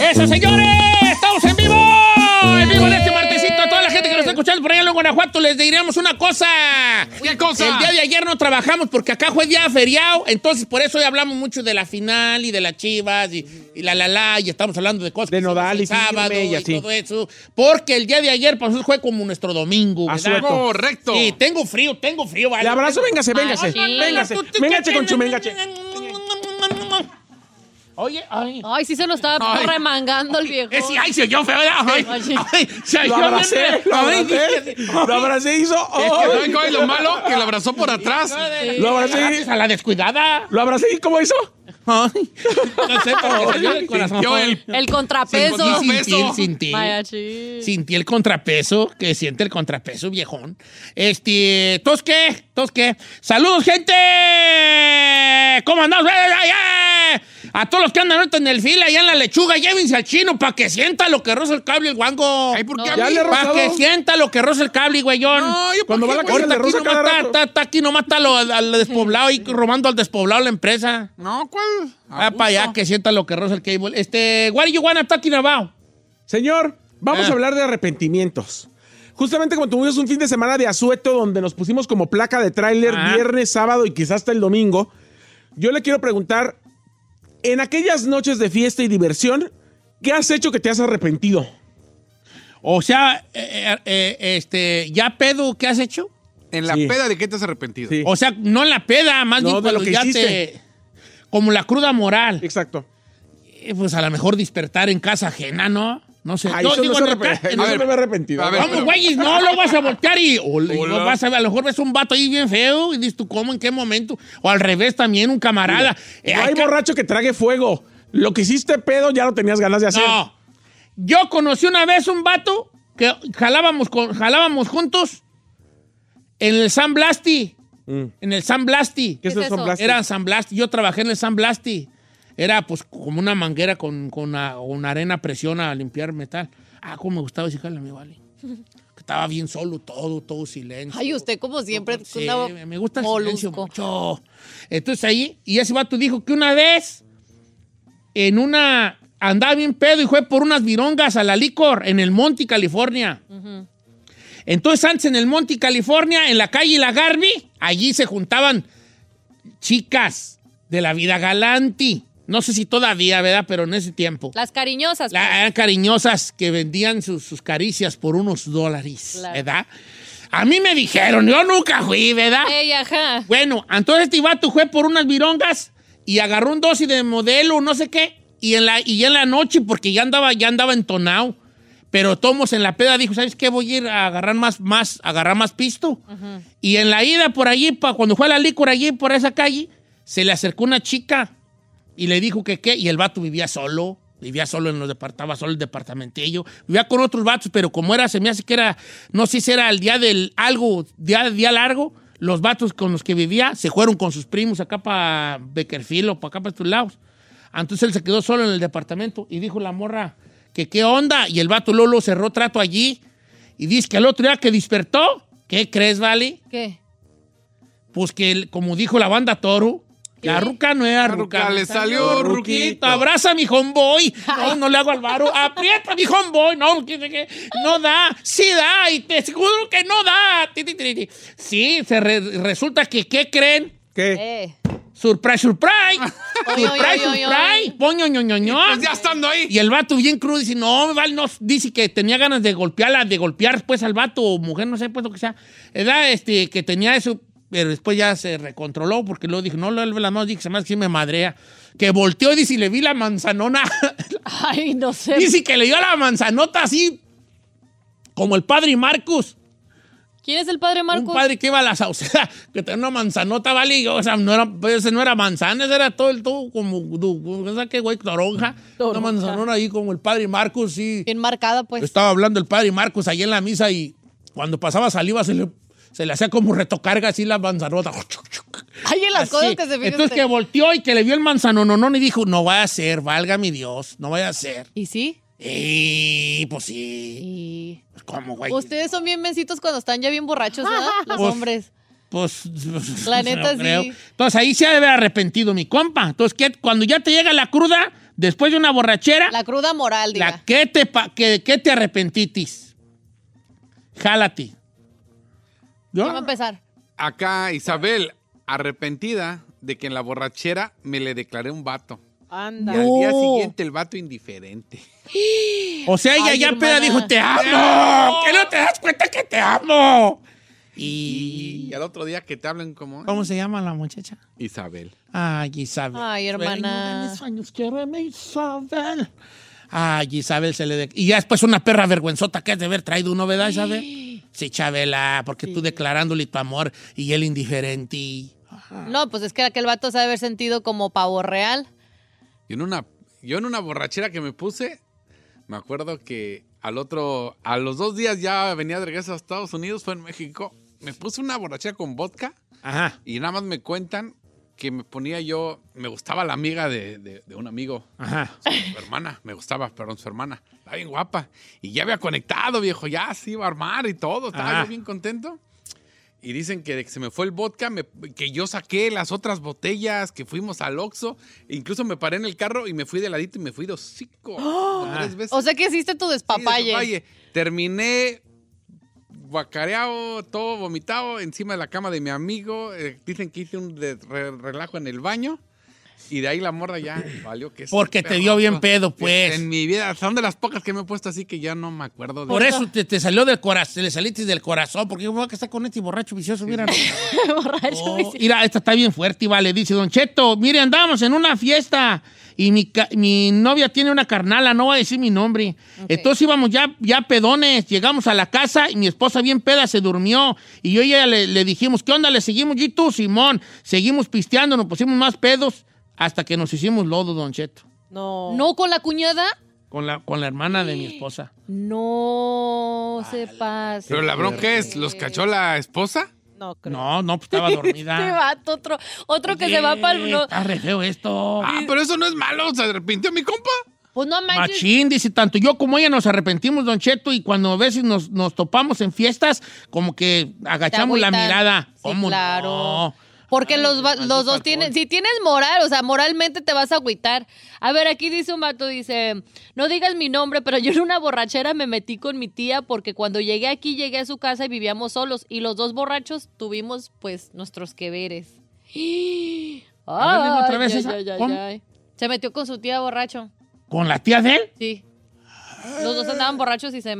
S1: ¡Eso, señores! ¡Estamos en vivo! En vivo en este martesito. A toda la gente que nos está escuchando por allá en Guanajuato les diremos una cosa.
S4: ¿Qué cosa?
S1: El día de ayer no trabajamos porque acá fue día feriado. Entonces, por eso hoy hablamos mucho de la final y de las chivas y, y la la la. Y estamos hablando de cosas.
S3: De
S1: que hicimos
S3: Nodal
S1: el
S3: y firme
S1: sábado
S3: y
S1: y,
S3: así.
S1: todo eso. Porque el día de ayer para nosotros fue como nuestro domingo.
S3: Ah,
S1: ¿verdad?
S3: Asueto.
S4: Correcto.
S1: Sí, tengo frío, tengo frío. vale.
S3: Le abrazo, véngase,
S2: Ah,
S3: véngase.
S2: sí.
S3: Véngase. Véngase con su, véngase.
S1: Oye, ay.
S2: Ay, sí se lo estaba
S1: Ay.
S2: remangando el viejo.
S1: Ese, ay, se oyó feo, ¿verdad? Ay,
S2: Oye.
S1: ay, se oyó
S3: Lo
S1: bien
S3: abracé,
S1: feo.
S3: lo
S1: Ay,
S3: [laughs] abracé.
S1: dije,
S3: Lo abracé, hizo.
S4: ¿Saben
S3: ¡ay!
S4: cuál es lo malo? Que lo abrazó por atrás.
S3: Lo
S1: "Gracias
S3: abracé.
S1: a la descuidada.
S3: Lo abracé y ¿cómo hizo?
S1: Ay, no sé, pero salió del corazón.
S4: Sintió el...
S2: El
S1: Sin-
S2: contrapeso.
S1: y sin ti, sin ti.
S2: Vaya, sí.
S1: Sintí el contrapeso, que siente el contrapeso, viejón. Este, ¿tos qué? ¿Tos qué? ¡Saludos, gente! ¿Cómo andamos? ¡Eh, eh, eh! A todos los que andan ahorita en el fila, allá en la lechuga, llévense al chino para que sienta lo que roza el cable el guango.
S4: Ay, ¿por qué
S2: No.
S4: a
S3: Ya
S4: mí?
S3: le
S1: Para
S3: rosado.
S1: que sienta lo que roza el cable, güeyón.
S4: No, yo
S3: Cuando
S4: ¿por
S3: va a
S4: qué,
S3: la
S4: güey?
S3: casa le
S1: Aquí
S3: rosa
S1: nomás
S3: cada
S1: está,
S3: rato.
S1: está- está aquí nomás está lo- al, al despoblado y robando al despoblado la empresa.
S4: No, ¿cuál?
S1: Ah, para allá que sienta lo que roza el cable. Este, what do you wanna talking about?
S3: Señor, vamos
S1: Ah.
S3: a hablar de arrepentimientos. Justamente como tuvimos un fin de semana de asueto donde nos pusimos como placa de tráiler
S1: Ajá.
S3: viernes, sábado y quizás hasta el domingo, yo le quiero preguntar, en aquellas noches de fiesta y diversión, ¿qué has hecho que te has arrepentido?
S1: O sea, eh, eh, eh, este, ya pedo, ¿qué has hecho?
S4: En la
S3: Sí.
S4: peda de qué te has arrepentido.
S3: Sí.
S1: O sea, no la peda, más
S3: No,
S1: bien
S3: de
S1: cuando
S3: lo que
S1: ya
S3: hiciste.
S1: te. Como la cruda moral.
S3: Exacto.
S1: Eh, Pues a lo mejor despertar en casa ajena, ¿no? No sé.
S3: Ay,
S1: Yo
S3: Ah, eso no
S1: digo,
S3: se
S1: en
S3: arrepe-
S1: acá- en
S3: no
S4: a
S3: se
S4: ver,
S3: me había arrepentido.
S4: a ver,
S1: Vamos,
S4: pero-
S1: güeyes, no lo vas a voltear y, o- y
S4: Hola.
S1: no vas a, a lo mejor ves un vato ahí bien feo y dices tú, ¿cómo? ¿En qué momento? O al revés también, un camarada. Eh,
S3: No hay
S1: ca-
S3: borracho que trague fuego. Lo que hiciste pedo ya lo tenías ganas de hacer.
S1: No. Yo conocí una vez un vato que jalábamos, con- jalábamos juntos en el San Blasti. En el San Blasti.
S3: Mm. ¿Qué es el ¿Qué es San eso? Blasti?
S1: Era San Blasti. Yo trabajé en el San Blasti. Era pues como una manguera con, con, a- con arena a presión a limpiar metal. Ah, cómo me gustaba ese jale, me vale. Que Estaba bien solo, todo, todo silencio.
S2: Ay, usted como siempre.
S1: pues Sí,
S2: una-
S1: me gusta el silencio mucho. Entonces ahí, y ese vato dijo que una vez en una andaba bien pedo y fue por unas virongas a la licor en el Monte, California.
S2: Ujú.
S1: Entonces antes en el Monte, California, en la calle La Garbi, allí se juntaban chicas de la vida galante. No sé si todavía, ¿verdad? Pero en ese tiempo.
S2: Las cariñosas.
S1: La- Ah, eran cariñosas que vendían sus, sus caricias por unos dólares,
S2: Claro.
S1: ¿verdad? A mí me dijeron, yo nunca fui, ¿verdad?
S2: Ey, ajá.
S1: Bueno, entonces este vato fue por unas virongas y agarró un dosis de modelo, no sé qué, y en la, y ya en la noche, porque ya andaba, ya andaba entonado, pero Tomos en la peda dijo, ¿sabes qué? Voy a ir a agarrar más, más, a agarrar más pisto. Y en la ida por allí, pa, cuando fue a la licor allí, por esa calle, se le acercó una chica y le dijo que qué, y el vato vivía solo. Vivía solo en los departamentos, solo en el departamentillo. Vivía con otros vatos, pero como era, se me hace que era, no sé si era el día del algo, día, día largo, los vatos con los que vivía se fueron con sus primos acá para Beckerfield o para acá para estos lados. Entonces él se quedó solo en el departamento y dijo la morra que qué onda. Y el vato Lolo cerró trato allí y dice que el otro día que despertó, ¿qué crees, Vale?
S2: ¿Qué?
S1: Pues que, el- como dijo la banda Toro, la ruca no era ruca.
S4: ruca le salió ruquito.
S1: Abraza a mi homeboy. No, no le hago
S4: [laughs]
S1: al varo. Aprieta a mi homeboy. No, que- que- que no da. Sí da. Y te seguro que no da. Ti, ti, ti, ti. Sí, se re- resulta que, ¿qué creen?
S3: ¿Qué?
S2: Eh.
S1: Surprise, surprise.
S2: Oy, oy,
S1: surprise,
S2: oy, oy,
S1: surprise. Poño, ño, ño, ño.
S4: Pues ya estando ahí.
S1: Y el vato bien crudo dice, no, Val, no, dice que tenía ganas de golpearla, de golpear pues al vato o mujer, no sé, pues lo que sea. Era este, que tenía eso, pero después ya se recontroló porque luego dijo, no, lo la mano, dije, se me hace que me madrea. Que volteó, dice, y le vi la manzanona. [laughs]
S2: Ay, no sé.
S1: dice que le dio la manzanota así, como el padre Marcus.
S2: ¿Quién es el padre Marcos?
S1: Un padre que iba a la sauceda, [laughs] que tenía una manzanota, vale, y, o sea, no era, pues, ese no era manzana, ese era todo el todo como, ¿sabes qué, güey? Toronja. Una
S2: Toronja.
S1: manzanona ahí como el padre Marcus, sí.
S2: Bien marcada, pues.
S1: Estaba hablando el padre Marcos allí en la misa y cuando pasaba saliva se le, se le hacía como retocarga así la manzanota.
S2: Ay, en las
S1: Así.
S2: cosas que se fijan
S1: Entonces que
S2: usted.
S1: volteó y que le vio el manzanononón y dijo, no vaya a ser, valga mi Dios, no vaya a ser.
S2: ¿Y sí?
S1: Y pues sí,
S2: Y...
S1: pues, ¿cómo, güey?
S2: Ustedes son bien mencitos cuando están ya bien borrachos, ¿verdad?
S4: [laughs]
S2: Los
S1: Pues-
S2: hombres.
S1: Pues, [laughs] pues,
S2: La
S1: no
S2: neta,
S1: lo creo.
S2: sí.
S1: Entonces ahí se debe arrepentido mi compa. Entonces ¿qué? cuando ya te llega la cruda, después de una borrachera,
S2: La cruda moral, diga.
S1: la, ¿qué, te, pa- qué- qué te arrepentitis? Jálate. ¿Yo?
S2: Vamos a empezar.
S4: Acá Isabel, arrepentida de que en la borrachera me le declaré un vato.
S2: Anda.
S4: Y al día siguiente el vato indiferente.
S1: O sea, ella
S2: Ay,
S1: ya
S2: hermana.
S1: peda dijo, te amo, que no te das cuenta que te amo. Y...
S4: Y al otro día que te hablen como
S1: ¿Cómo se llama la muchacha?
S4: Isabel.
S1: Ay, Isabel.
S2: Ay, hermana.
S1: Sueño de mis sueños, quiéreme, Isabel. Ay, Isabel se le... de- Y ya después una perra vergüenzota que has de haber traído uno, ¿verdad, Isabel? Sí, Chabela, porque tú declarándole tu amor y él indiferente.
S2: No, pues es que aquel vato se ha de haber sentido como pavo real.
S4: Yo en una, yo en una borrachera que me puse, me acuerdo que al otro, a los dos días ya venía de regreso a Estados Unidos, fue en México. Me puse una borrachera con vodka
S1: Ajá.
S4: y nada más me cuentan que me ponía yo, me gustaba la amiga de, de- de un amigo,
S1: Ajá.
S4: su hermana, me gustaba, perdón, su hermana, estaba bien guapa. Y ya había conectado, viejo, ya se iba a armar y todo, estaba
S1: Ah.
S4: yo bien contento. Y dicen que de que se me fue el vodka, me- que yo saqué las otras botellas, que fuimos al Oxxo, e incluso me paré en el carro y me fui de ladito y me fui de hocico como tres veces.
S2: O sea que hiciste tu
S4: Sí, de
S2: despapalle. [laughs]
S4: despapalle. Terminé guacareado, todo vomitado, encima de la cama de mi amigo. Eh, dicen que hice un de- re- relajo en el baño. Y de ahí la morra ya valió que sí,
S1: Porque te
S4: perro.
S1: dio bien pedo, pues.
S4: En mi vida, son de las pocas que me he puesto así que ya no me acuerdo de
S1: Por eso te, te salió del corazón, le saliste del corazón, porque yo me voy a casar con este borracho vicioso,
S4: [laughs]
S1: mira.
S2: [laughs] Borracho,
S1: Oh,
S2: dice.
S1: mira, esta está bien fuerte, y vale. Dice, Don Cheto, mire, andábamos en una fiesta y mi, ca- mi novia tiene una carnala, no va a decir mi nombre. Entonces íbamos ya, ya pedones, llegamos a la casa y mi esposa bien peda se durmió. Y yo y ella le, le dijimos, ¿qué onda? Le seguimos, y tú, Simón, seguimos pisteando,
S4: Oh.
S1: nos pusimos más pedos hasta que nos hicimos lodo, Don Cheto.
S2: No, con la cuñada.
S1: Con la, con la hermana de mi esposa.
S2: No se pasa.
S3: Pero la bronca es, ¿los cachó la esposa?
S2: No,
S1: No, no, pues estaba
S2: [laughs] Este
S1: dormida.
S2: vato, otro, otro que se va para el. no.
S1: Está re feo esto.
S3: Ah, pero eso no es malo, se arrepintió mi compa.
S2: Pues no manches.
S1: Machín, dice, tanto yo como ella nos arrepentimos, Don Cheto, y cuando a veces nos, nos topamos en fiestas, como que agachamos la
S2: agüitan.
S1: mirada.
S2: Sí,
S1: ¿Cómo
S2: claro.
S1: no?
S2: Porque los, va- los dos
S1: alcohol.
S2: tienen, si tienes moral, o sea, moralmente te vas a agüitar. A ver, aquí dice un vato, dice, no digas mi nombre, pero yo en una borrachera me metí con mi tía porque cuando llegué aquí, llegué a su casa y vivíamos solos. Y los dos borrachos tuvimos, pues, nuestros que veres.
S1: A ver, dime otra
S2: Ay,
S1: vez
S2: ay,
S1: esa.
S2: ay, ay,
S1: ¿Cómo?
S2: ay. Se metió con su tía borracho,
S1: ¿Con la tía de él?
S2: sí. Los dos andaban borrachos y se...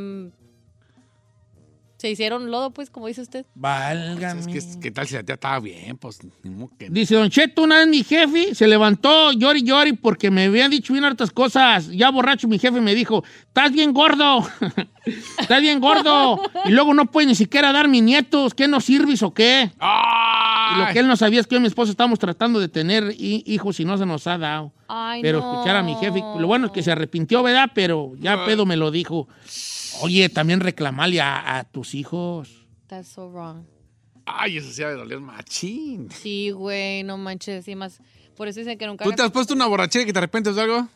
S2: Se hicieron lodo, pues, como dice usted.
S1: Válgame.
S3: Es que, ¿qué tal si la tía estaba bien? Pues, ni modo que...
S1: Dice Don Cheto, una vez mi jefe se levantó llori llori porque me habían dicho bien hartas cosas. Ya borracho mi jefe me dijo, estás bien gordo, [laughs] estás bien
S2: [laughs]
S1: gordo. Y luego no puede ni siquiera dar mis nietos, ¿qué nos sirves o qué? Y lo que él no sabía es que yo y mi esposo estamos tratando de tener hi- hijos y no se nos ha dado.
S2: Ay,
S1: Pero
S2: no. Ah.
S1: escuchar a mi jefe, lo bueno es que se arrepintió, ¿verdad? Pero ya pedo me lo dijo. Oye, también reclamarle a, a tus hijos.
S2: That's so wrong.
S3: Ay, eso sí ha de doler machín.
S2: Sí, güey, no manches, y más. Por eso dicen que nunca.
S3: ¿Tú te has puesto una borrachera que te arrepientes de algo?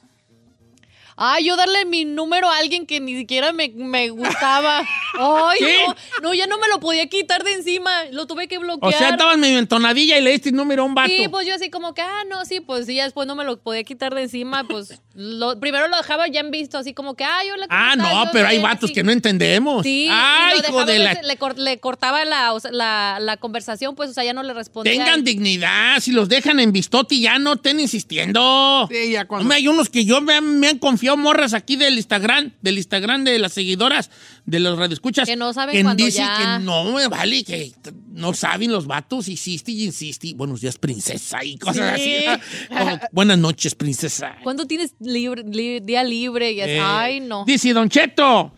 S2: Ah, yo darle mi número a alguien que ni siquiera me, me gustaba.
S3: [laughs]
S2: Ay,
S1: ¿Qué?
S2: no, no, ya no me lo podía quitar de encima. Lo tuve que bloquear.
S1: O sea, estabas medio entonadilla y le diste el número a un vato.
S2: Sí, pues yo así como que, ah, no, sí, pues sí, ya después no me lo podía quitar de encima, pues lo, primero lo dejaba ya en visto, así como que, ay, hola, ¿cómo
S1: Ah,
S2: estás?
S1: no,
S2: Yo
S1: pero hay
S2: bien,
S1: vatos
S2: así.
S1: que no entendemos.
S2: Sí,
S1: ah,
S2: y lo
S1: hijo
S2: dejaba,
S1: de la.
S2: pues, le, cor- le cortaba la, o sea, la, la conversación, pues, o sea, ya no le respondía.
S1: Tengan dignidad, si los dejan en bistoti ya no estén insistiendo.
S3: Sí, ya cuando...
S1: Hombre, hay unos que yo me han, me han confiado morras aquí del Instagram, del Instagram de las seguidoras, de los radioescuchas.
S2: Que no saben cuando
S1: dicen
S2: ya.
S1: que no, me vale, que t- no saben los vatos, insiste y insiste. Buenos días, princesa, y cosas
S2: Sí.
S1: así.
S2: [laughs]
S1: Como, Buenas noches, princesa.
S2: ¿Cuándo tienes libre, li- día libre? Y así,
S1: Eh,
S2: ay, no. [laughs]
S1: Dice Don Cheto,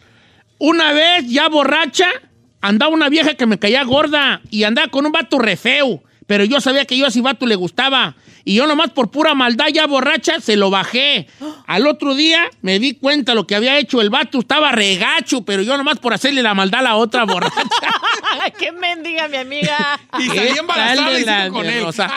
S1: una vez ya borracha, andaba una vieja que me caía gorda y andaba con un vato re feo, pero yo sabía que yo a ese vato le gustaba. Y yo nomás por pura maldad ya borracha se lo bajé. Al otro día me di cuenta lo que había hecho el vato, estaba regacho, pero yo nomás por hacerle la maldad a la otra borracha.
S2: ¡Qué mendiga, mi amiga!
S3: [laughs]
S1: Ah.
S3: Y
S1: ¿Qué
S3: salí
S1: tal
S3: embarazada
S1: de
S3: y
S1: la
S3: sigo con
S1: de
S3: él.
S1: Rosa?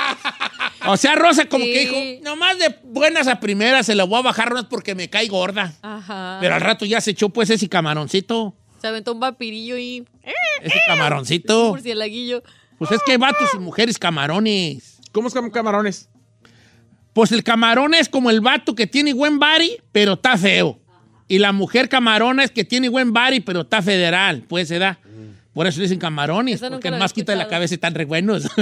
S1: O sea, Rosa como
S2: Sí.
S1: que dijo, nomás de buenas a primeras se la voy a bajar nomás porque me cae gorda.
S2: [laughs] Ajá.
S1: Pero al rato ya se echó pues ese camaroncito.
S2: Se aventó un vapirillo y
S1: Ese camaroncito. [laughs]
S2: murcielaguillo.
S1: Pues es que hay vatos y mujeres camarones.
S9: ¿Cómo es como camarones?
S1: Pues el camarón es como el vato que tiene buen body, pero está feo. Y la mujer camarona es que tiene buen body, pero está federal. Pues se da.
S9: Mm.
S1: Por eso dicen camarones,
S2: Esa nunca
S1: porque
S2: la había
S1: más quita la
S2: escuchado.
S1: cabeza y están re buenos. [laughs]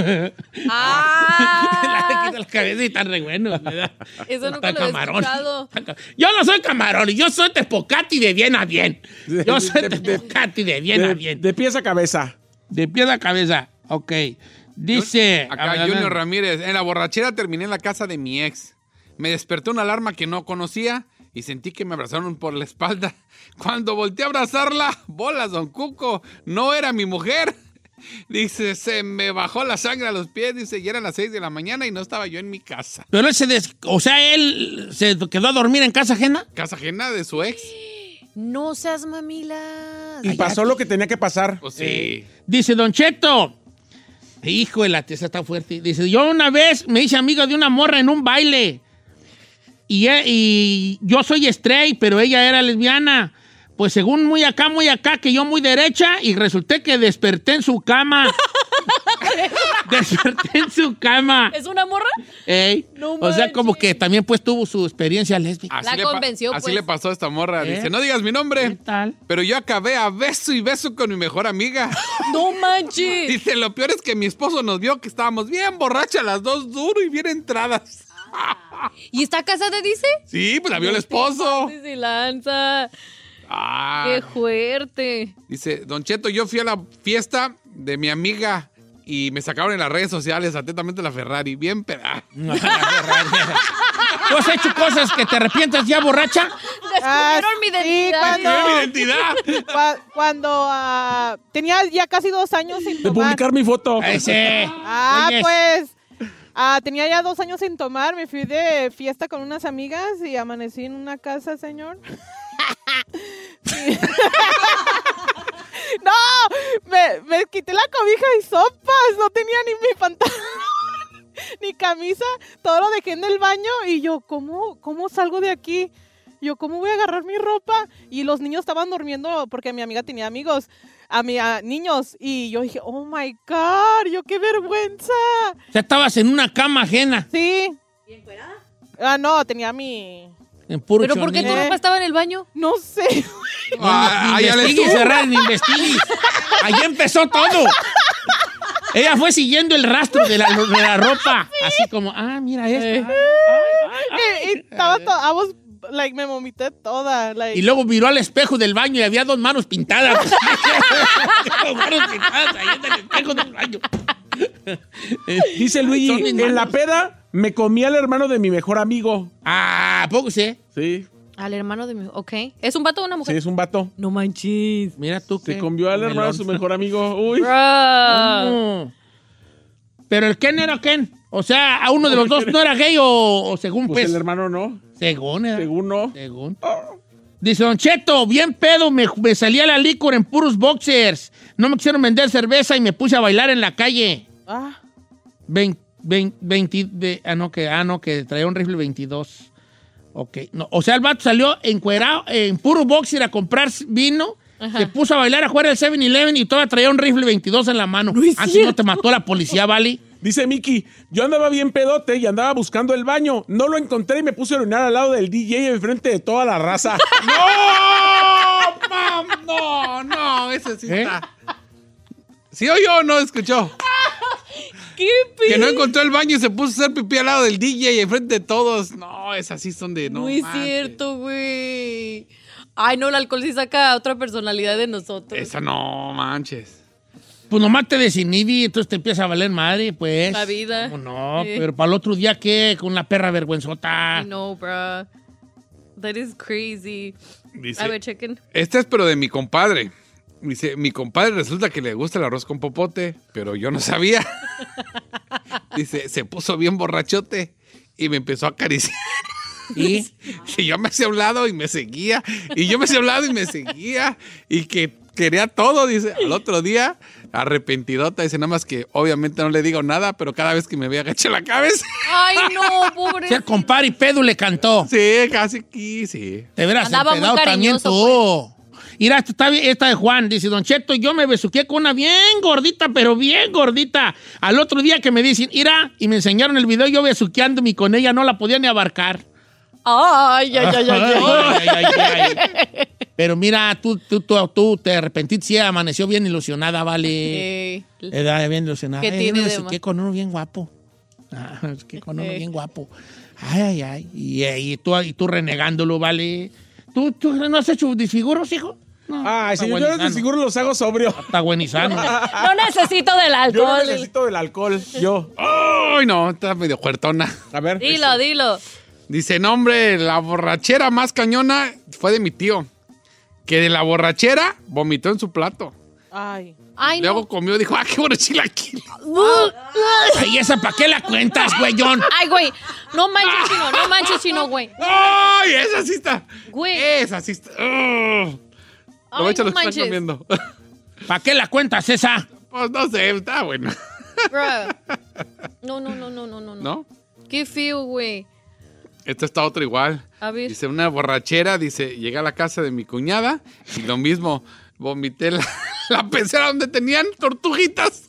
S1: La
S2: ¡Ah!
S1: quita la cabeza y están re buenos, ¿verdad?
S2: Eso nunca
S1: Están
S2: lo había
S1: camarones.
S2: escuchado.
S1: Están ca- Yo no soy camarón, yo soy tepocati de bien a bien. Yo soy
S9: de- de-
S1: tepocati de bien a
S9: De,
S1: bien.
S9: de pies a cabeza.
S1: De pie a la cabeza. Ok. Dice. a
S3: Acá
S1: ver, a ver.
S3: Junior Ramírez. En la borrachera terminé en la casa de mi ex. Me despertó una alarma que no conocía y sentí que me abrazaron por la espalda. [laughs] Cuando volteé a abrazarla, bolas, don Cuco, no era mi mujer. [laughs] Dice, se me bajó la sangre a los pies, dice, y eran las 6 de la mañana y no estaba yo en mi casa.
S1: Pero él se des- O sea, él se quedó a dormir en casa ajena.
S3: Casa ajena de su ex.
S2: No seas mamila.
S9: Y pasó lo que tenía que pasar.
S3: Pues sí.
S1: Eh, Dice Don Cheto. Hijo de la tesa está fuerte. Dice, yo una vez me hice amigo de una morra en un baile. Y, e- y yo soy straight, pero ella era lesbiana. Pues según muy acá, muy acá, que yo muy derecha, y resulté que desperté en su
S2: [laughs]
S1: cama. desperté en su cama.
S2: ¿Es una morra?
S1: Ey.
S2: No
S1: o sea, como que
S2: manches.
S1: también pues tuvo su experiencia lésbica.
S2: La
S3: Así pa-
S2: convenció,
S3: Así
S2: pues.
S3: le pasó a esta morra.
S1: ¿Eh?
S3: Dice, no digas mi
S1: ¿Qué
S3: nombre,
S1: tal?
S3: pero yo acabé a beso y beso con mi mejor amiga.
S2: ¡No manches!
S3: [laughs] Dice, lo peor es que mi esposo nos vio que estábamos bien borrachas las dos, duro y bien entradas.
S2: ¿Y está casada, dice?
S3: Sí, pues la vio el esposo.
S2: Sí, sí, lanza.
S3: Ah.
S2: ¡Qué fuerte!
S3: Dice, Don Cheto, yo fui a la fiesta de mi amiga y me sacaron en las redes sociales atentamente la Ferrari. Bien
S1: [laughs]
S3: peda.
S1: ¿Tú has Pues hecho cosas que te arrepientas ya
S3: [laughs]
S1: borracha?
S2: Descubrieron mi identidad.
S3: ¡Tiene mi identidad!
S10: Cua- cuando ah, tenía ya casi dos años sin
S9: De
S10: tomar.
S9: publicar mi foto.
S1: Ese.
S10: Ah,
S1: Oye,
S10: pues. Ah, tenía ya dos años sin tomar, me fui de fiesta con unas amigas y amanecí en una casa, señor. [laughs] Y- no, me, me quité la cobija y sopas, no tenía ni mi pantalón, [laughs] ni camisa, todo lo dejé en el baño y yo, ¿cómo, cómo salgo de aquí? Yo, ¿cómo voy a agarrar mi ropa? Y los niños estaban durmiendo porque mi amiga tenía amigos, a mi, a niños. Y yo dije, oh my God, yo qué vergüenza.
S1: O sea, estabas en una cama ajena.
S10: Sí. Ah, no, tenía mi...
S1: En puro
S2: ¿Pero por qué tu
S1: chornito.
S2: ropa estaba en el baño?
S10: No sé.
S3: Ah,
S1: Ni
S3: ah, ya le
S1: investigues,
S3: estuvo.
S1: Ferrari, ni investigues. Ahí empezó todo. Ella fue siguiendo el rastro de la, de la ropa. Así como, ah, mira
S2: Eh.
S1: esto.
S10: [laughs] Y- y estaba todo, I was, like, me vomité toda. Like,
S1: Y luego miró al espejo del baño y había dos manos pintadas. dos manos pintadas ahí en el espejo del baño.
S11: Dice Luigi,
S1: Son mis
S11: en la
S1: manos.
S11: peda me comí al hermano de mi mejor amigo.
S1: Ah, ¿a poco sí.
S11: Sí,
S2: Al hermano de mi... Ok. ¿Es un vato o una
S11: sí,
S2: mujer?
S11: es un vato.
S2: No manches.
S1: Mira tú
S11: Se
S1: qué
S11: comió al hermano de
S1: melón.
S11: su mejor amigo. Uy.
S3: Pues, Mm.
S2: Bro.
S1: No. Pero el Ken era Ken. O sea, a uno de los dos no era gay o, o según
S11: Pues
S1: pues.
S11: el hermano no,
S1: Según era.
S11: según no.
S1: Según. Dice Don Cheto, bien pedo, me, me salía la licor en puros boxers. No me quisieron vender cerveza y me puse a bailar en la calle.
S10: ah,
S1: Vein- vein- veinti- ve- ah, no, que, ah, no, que traía un rifle 22. Ok. No, o sea, el vato salió encuerado en puro boxer a comprar vino. Se puso a bailar a jugar al 7-Eleven y todavía traía un rifle 22 en la mano.
S2: No es
S1: Así no
S2: cierto.
S1: te mató la policía, ¿vale?
S11: Dice Mickey, yo andaba bien pedote y andaba buscando el baño. No lo encontré y me puse a orinar al lado del DJ enfrente de toda la raza.
S3: ¡No! Mam, no, no, ese [laughs] sí
S1: ¿Eh?
S3: está. ¿Sí oyó o no escuchó? Que no encontró el baño y se puso a hacer pipí al lado del DJ y enfrente de todos. No, esas sí son de no.
S2: No es
S3: manches.
S2: cierto, güey. Ay, no, el alcohol sí saca otra personalidad de nosotros.
S3: Esa no manches.
S1: Pues nomás te desinhibe, entonces te empieza a valer madre, pues.
S2: La vida.
S1: ¿Cómo no?
S2: Sí.
S1: Pero para el otro día, ¿qué? Con la perra vergüenzota.
S2: Ay, No, bro. That is crazy.
S3: Dice,
S2: A ver, chequen.
S3: Este es pero de mi compadre. Dice, mi compadre resulta que le gusta el arroz con popote, pero yo no sabía. [laughs] Dice, se puso bien borrachote y me empezó a acariciar. [laughs]
S1: ¿Y?
S3: Y yo me hacía a un lado y me seguía. Y yo me hacía a un lado y me seguía. Y que quería todo, dice. Al otro día, arrepentidota, dice, nada más que obviamente no le digo nada, pero cada vez que me veía agaché la cabeza.
S2: Ay, no, pobre.
S1: Ser compadre y pedo le cantó.
S3: Sí, casi aquí, sí.
S1: Te verás
S2: Andaba muy
S1: empedado también
S2: cariñoso, pues.
S1: tú. Mira, esta, está bien- esta de Juan. Dice, Don Cheto, yo me besuqué con una bien gordita, pero bien gordita. Al otro día que me dicen, irá, y me enseñaron el video, yo besuqueándome con ella, no la podía ni abarcar.
S2: Ay, ay,
S1: [laughs]
S2: ay, ay, ay.
S1: Ay, ay, ay, ay. Pero mira, tú, tú, tú, tú te arrepentiste, sí, amaneció bien ilusionada, vale.
S2: Ey.
S1: Era bien ilusionada.
S2: ¿Qué
S1: Ay,
S2: tiene
S1: yo me
S2: de
S1: besuqué
S2: más?
S1: con uno bien guapo. Ah, me besuqué con uno
S2: Eh.
S1: bien guapo. Ay, ay, ay. Y, eh, y tú, y tú renegándolo, vale. ¿Tú, tú no has hecho disfiguros, hijo? No,
S11: Ay,
S1: está
S11: si yo no
S1: buenizano.
S11: de seguro los hago sobrio.
S1: Está buenizano.
S2: No necesito del
S11: Yo no
S2: alcohol.
S11: necesito del
S3: [laughs]
S11: alcohol. Yo.
S3: ¡Ay, no! Está medio cuertona.
S11: A ver.
S2: Dilo, dilo.
S3: Dice, no, hombre, la borrachera más cañona fue de mi tío. Que de la borrachera vomitó en su plato.
S10: ay.
S2: Ay,
S3: Luego
S2: no.
S3: comió y dijo, ah, qué bueno chilaquil.
S1: ¿Y esa para qué la cuentas, güeyón?
S2: Ay, güey. No manches, chino. No manches, chino, güey.
S3: [laughs] ¡Ay, esa sí está!
S2: Güey.
S3: Esa sí está. ¡Ugh!
S2: Ay,
S3: Aprovecha
S2: no
S3: lo que
S2: manches.
S3: están comiendo.
S1: ¿Para qué la cuentas esa?
S3: [laughs] pues no sé, está bueno.
S2: Bro. No, no, no, no, no, no.
S3: [laughs] ¿No?
S2: Qué feo, güey.
S3: Esta está otra igual.
S2: A ver.
S3: Dice, una borrachera, dice, llegué a la casa de mi cuñada y lo mismo, vomité la, [laughs] la pecera donde tenían tortuguitas.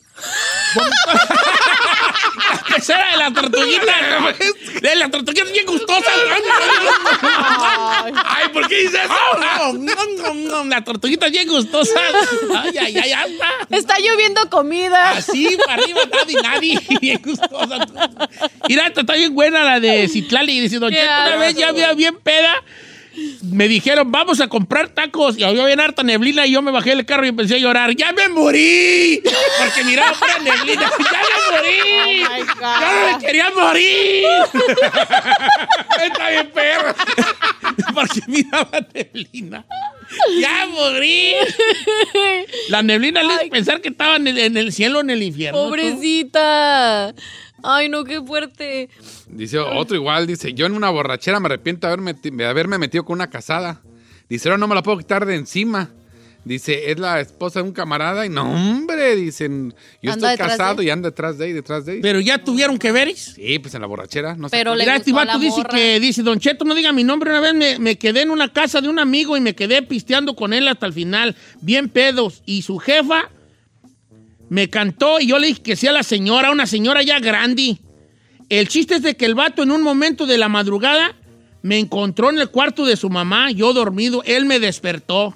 S1: Esa era de las
S3: [laughs]
S1: tortuguitas. De las tortuguitas bien gustosas.
S3: ¡Ay, ¿por qué dices eso?
S1: No, no, no, las tortuguitas bien gustosas. Ay, ay, ay, anda.
S2: Está lloviendo comida.
S1: Así, para arriba, nadie, nadie. Bien gustosa. Mira, esta está bien buena la de Citlali. Dice, Don
S2: Qué
S1: Cheto, una vez ya había bien peda. Me dijeron, vamos a comprar tacos. Y había bien harta neblina y yo me bajé del carro y empecé a llorar. ¡Ya me morí! Porque miraba pura neblina. ¡Ya me morí!
S10: Oh my God.
S1: ¡Ya me quería morir! ¡Está bien perra! [laughs] porque miraba neblina. ¡Ya, morí! La neblina le hizo pensar que estaba en el, en el cielo o en el infierno. tú.
S2: Pobrecita. Ay, no, qué fuerte.
S4: Dice otro igual, dice, yo en una borrachera me arrepiento de haberme, de haberme metido con una casada. Dice, ahora no me la puedo quitar de encima. Dice, es la esposa de un camarada y no, hombre, dicen, yo estoy
S2: Anda detrás de
S4: casado
S2: él.
S4: y anda detrás de ahí, detrás de ahí.
S1: Pero ya tuvieron que ver. ¿is?
S4: Sí, pues en la borrachera, no sé.
S2: Pero le
S1: Mira, este
S2: gustó a la
S1: vato dice
S2: morra.
S1: que dice, Don Cheto, no diga mi nombre. Una vez me, me quedé en una casa de un amigo y me quedé pisteando con él hasta el final, bien pedos. Y su jefa me cantó y yo le dije que sea la señora, una señora ya grande. El chiste es de que el vato en un momento de la madrugada me encontró en el cuarto de su mamá, yo dormido, él me despertó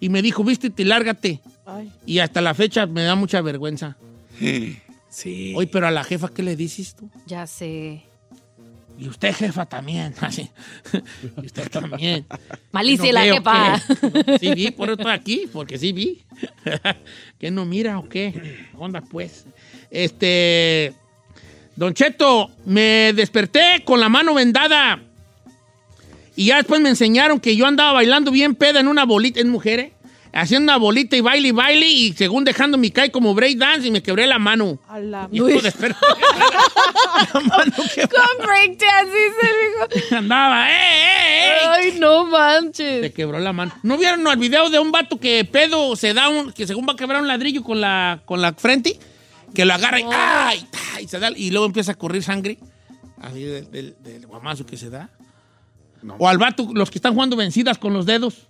S1: y me dijo, vístete y lárgate.
S10: Ay.
S1: Y hasta la fecha me da mucha vergüenza.
S4: Sí.
S1: Oye, pero a la jefa, ¿qué le dices tú?
S2: Ya sé.
S1: Y usted, jefa, también. [laughs] Así. Y usted también.
S2: Malicia
S1: No
S2: la
S1: veo
S2: jefa. [laughs]
S1: que- Sí vi, por eso estoy aquí, porque sí vi. [laughs] ¿Que no mira o qué? Onda, pues. Este... Don Cheto, me desperté con la mano vendada. Y ya después me enseñaron que yo andaba bailando bien peda en una bolita, en mujeres. Haciendo una bolita y baile y baile y según dejando mi cae como break dance y me quebré la mano.
S10: A la
S1: Y esto desperté. [laughs] la mano
S2: [laughs]
S1: que
S2: Con breakdance, dice el hijo.
S1: andaba. ¡Eh, eh, eh!
S2: Ay, no
S1: Le
S2: manches.
S1: quebró la mano. ¿No vieron el video de un vato que pedo se da un, que según va a quebrar un ladrillo con la, con la frente? Que lo agarra y, ¡ay! ta! y se da, y luego empieza a correr sangre. Así del, del- del guamazo que se da.
S4: No.
S1: O al vato, los que están jugando vencidas con los dedos.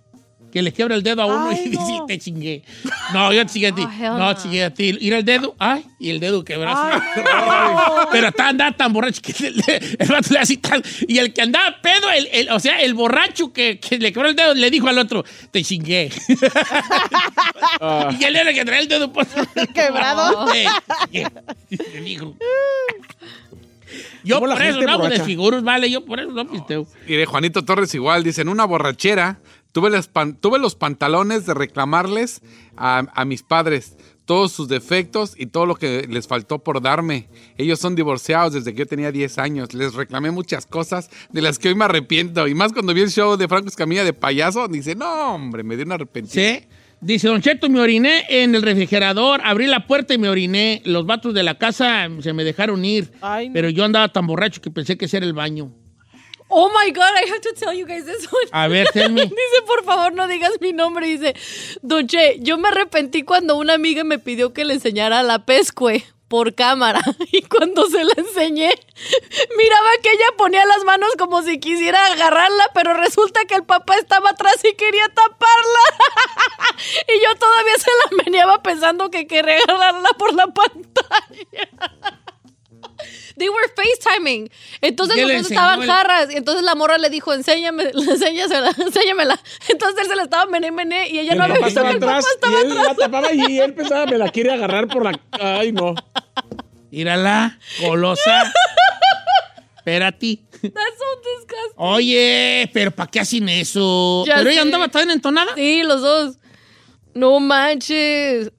S1: Que le quiebra el dedo a uno
S10: Ay,
S1: y [laughs] dice,
S10: no.
S1: te chingué. No, yo te chingué a ti.
S2: Oh, hell
S1: no,
S2: no.
S1: te chingué a ti. Ir el dedo, ay, y el dedo quebrado.
S10: Ay,
S1: [laughs] Pero está andaba tan borracho que el, el vato le hace tal. Y el que andaba pedo, el, el- o sea, el borracho que, que le quebró el dedo, le dijo al otro, te
S3: [laughs]
S1: chingué.
S3: Ah.
S1: y él era el que traía el dedo por-
S10: [laughs] Quebrado.
S1: Te chingué. Le
S10: [laughs]
S1: dijo. Yo por
S3: Como la
S1: eso
S3: gente
S1: no hago
S3: borracha.
S1: desfiguros, vale, yo por eso no pisteo.
S4: Y de Juanito Torres igual, dice, en una borrachera tuve, las pan- tuve los pantalones de reclamarles a, a mis padres todos sus defectos y todo lo que les faltó por darme. Ellos son divorciados desde que yo tenía 10 años. Les reclamé muchas cosas de las que hoy me arrepiento. Y más cuando vi el show de Franco Escamilla de payaso, dice, no, hombre, me dio una arrepentida.
S1: Sí. Dice, Don Cheto, me oriné en el refrigerador, abrí la puerta y me oriné. Los vatos de la casa se me dejaron ir.
S10: Ay, no.
S1: Pero yo andaba tan borracho que pensé que ese era el baño.
S2: Oh my God, I have to tell you guys this one.
S1: A ver, tell me.
S2: [laughs] Dice, por favor, no digas mi nombre. Dice, Don Che, yo me arrepentí cuando una amiga me pidió que le enseñara la pescue por cámara. [laughs] Y cuando se la enseñé, [laughs] miraba que ella ponía las manos como si quisiera agarrarla, pero resulta que el papá estaba atrás y quería taparla. [laughs] Y yo todavía se la meneaba pensando que quería agarrarla por la pantalla. They were FaceTiming. Entonces
S1: ¿Qué le
S2: nosotros
S1: enseñó
S2: estaban
S1: el-
S2: jarras. Entonces la morra le dijo, enséñame, [laughs] enséñasela, enséñamela. Entonces él se la estaba mené, mené y ella
S3: el
S2: no había
S3: papá
S2: visto
S3: estaba
S2: que el papá
S3: atrás
S2: estaba
S3: y él
S2: atrás.
S3: la tapaba y él pensaba, me la quiere agarrar por la... Ay, no.
S1: Mírala,
S2: [laughs]
S1: golosa. Espérate.
S2: That's so disgusting.
S1: Oye, pero ¿para qué hacen eso?
S2: Ya
S1: pero
S2: sé.
S1: ella andaba tan entonada.
S2: Sí, los dos. No manches.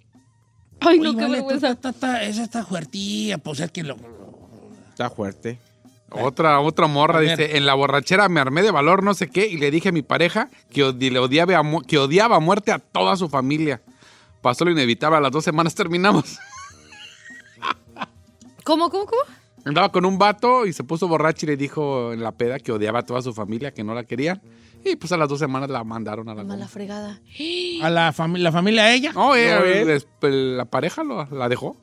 S2: Ay, no,
S1: Oye,
S2: qué
S1: vale,
S2: vergüenza.
S1: ta, ta, ta, esa está fuertilla, pues es que lo...
S3: Está fuerte.
S4: Otra, otra morra
S1: A ver.
S4: dice, en la borrachera me armé de valor, no sé qué, y le dije a mi pareja que, odi- le odiaba, a mu- que odiaba a muerte a toda su familia. Pasó lo inevitable, a las dos semanas terminamos.
S2: ¿Cómo, cómo, cómo?
S4: Andaba con un vato y se puso borracho y le dijo en la peda que odiaba a toda su familia, que no la querían. Y pues a las dos semanas la mandaron a la...
S2: Mala
S4: goma.
S2: fregada.
S1: A la, fami- la familia de ella.
S4: No, eh,
S3: No, él.
S4: des- el- la pareja lo- la dejó.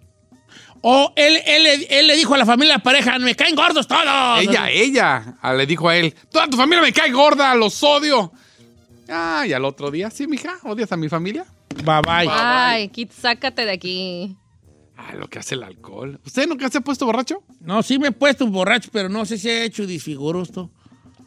S1: O él, él, él, le dijo a la familia de la pareja, me caen gordos todos.
S4: ella, ella ah, le dijo a él, toda tu familia me cae gorda, los odio. Ah, y al otro día, sí, mija, odias a mi familia.
S1: Bye, bye.
S2: Ay, Kit, sácate de aquí.
S4: Ah, lo que hace el alcohol. ¿Usted nunca se ha puesto borracho?
S1: No, sí me he puesto borracho, pero no sé si he hecho disfiguros. tú.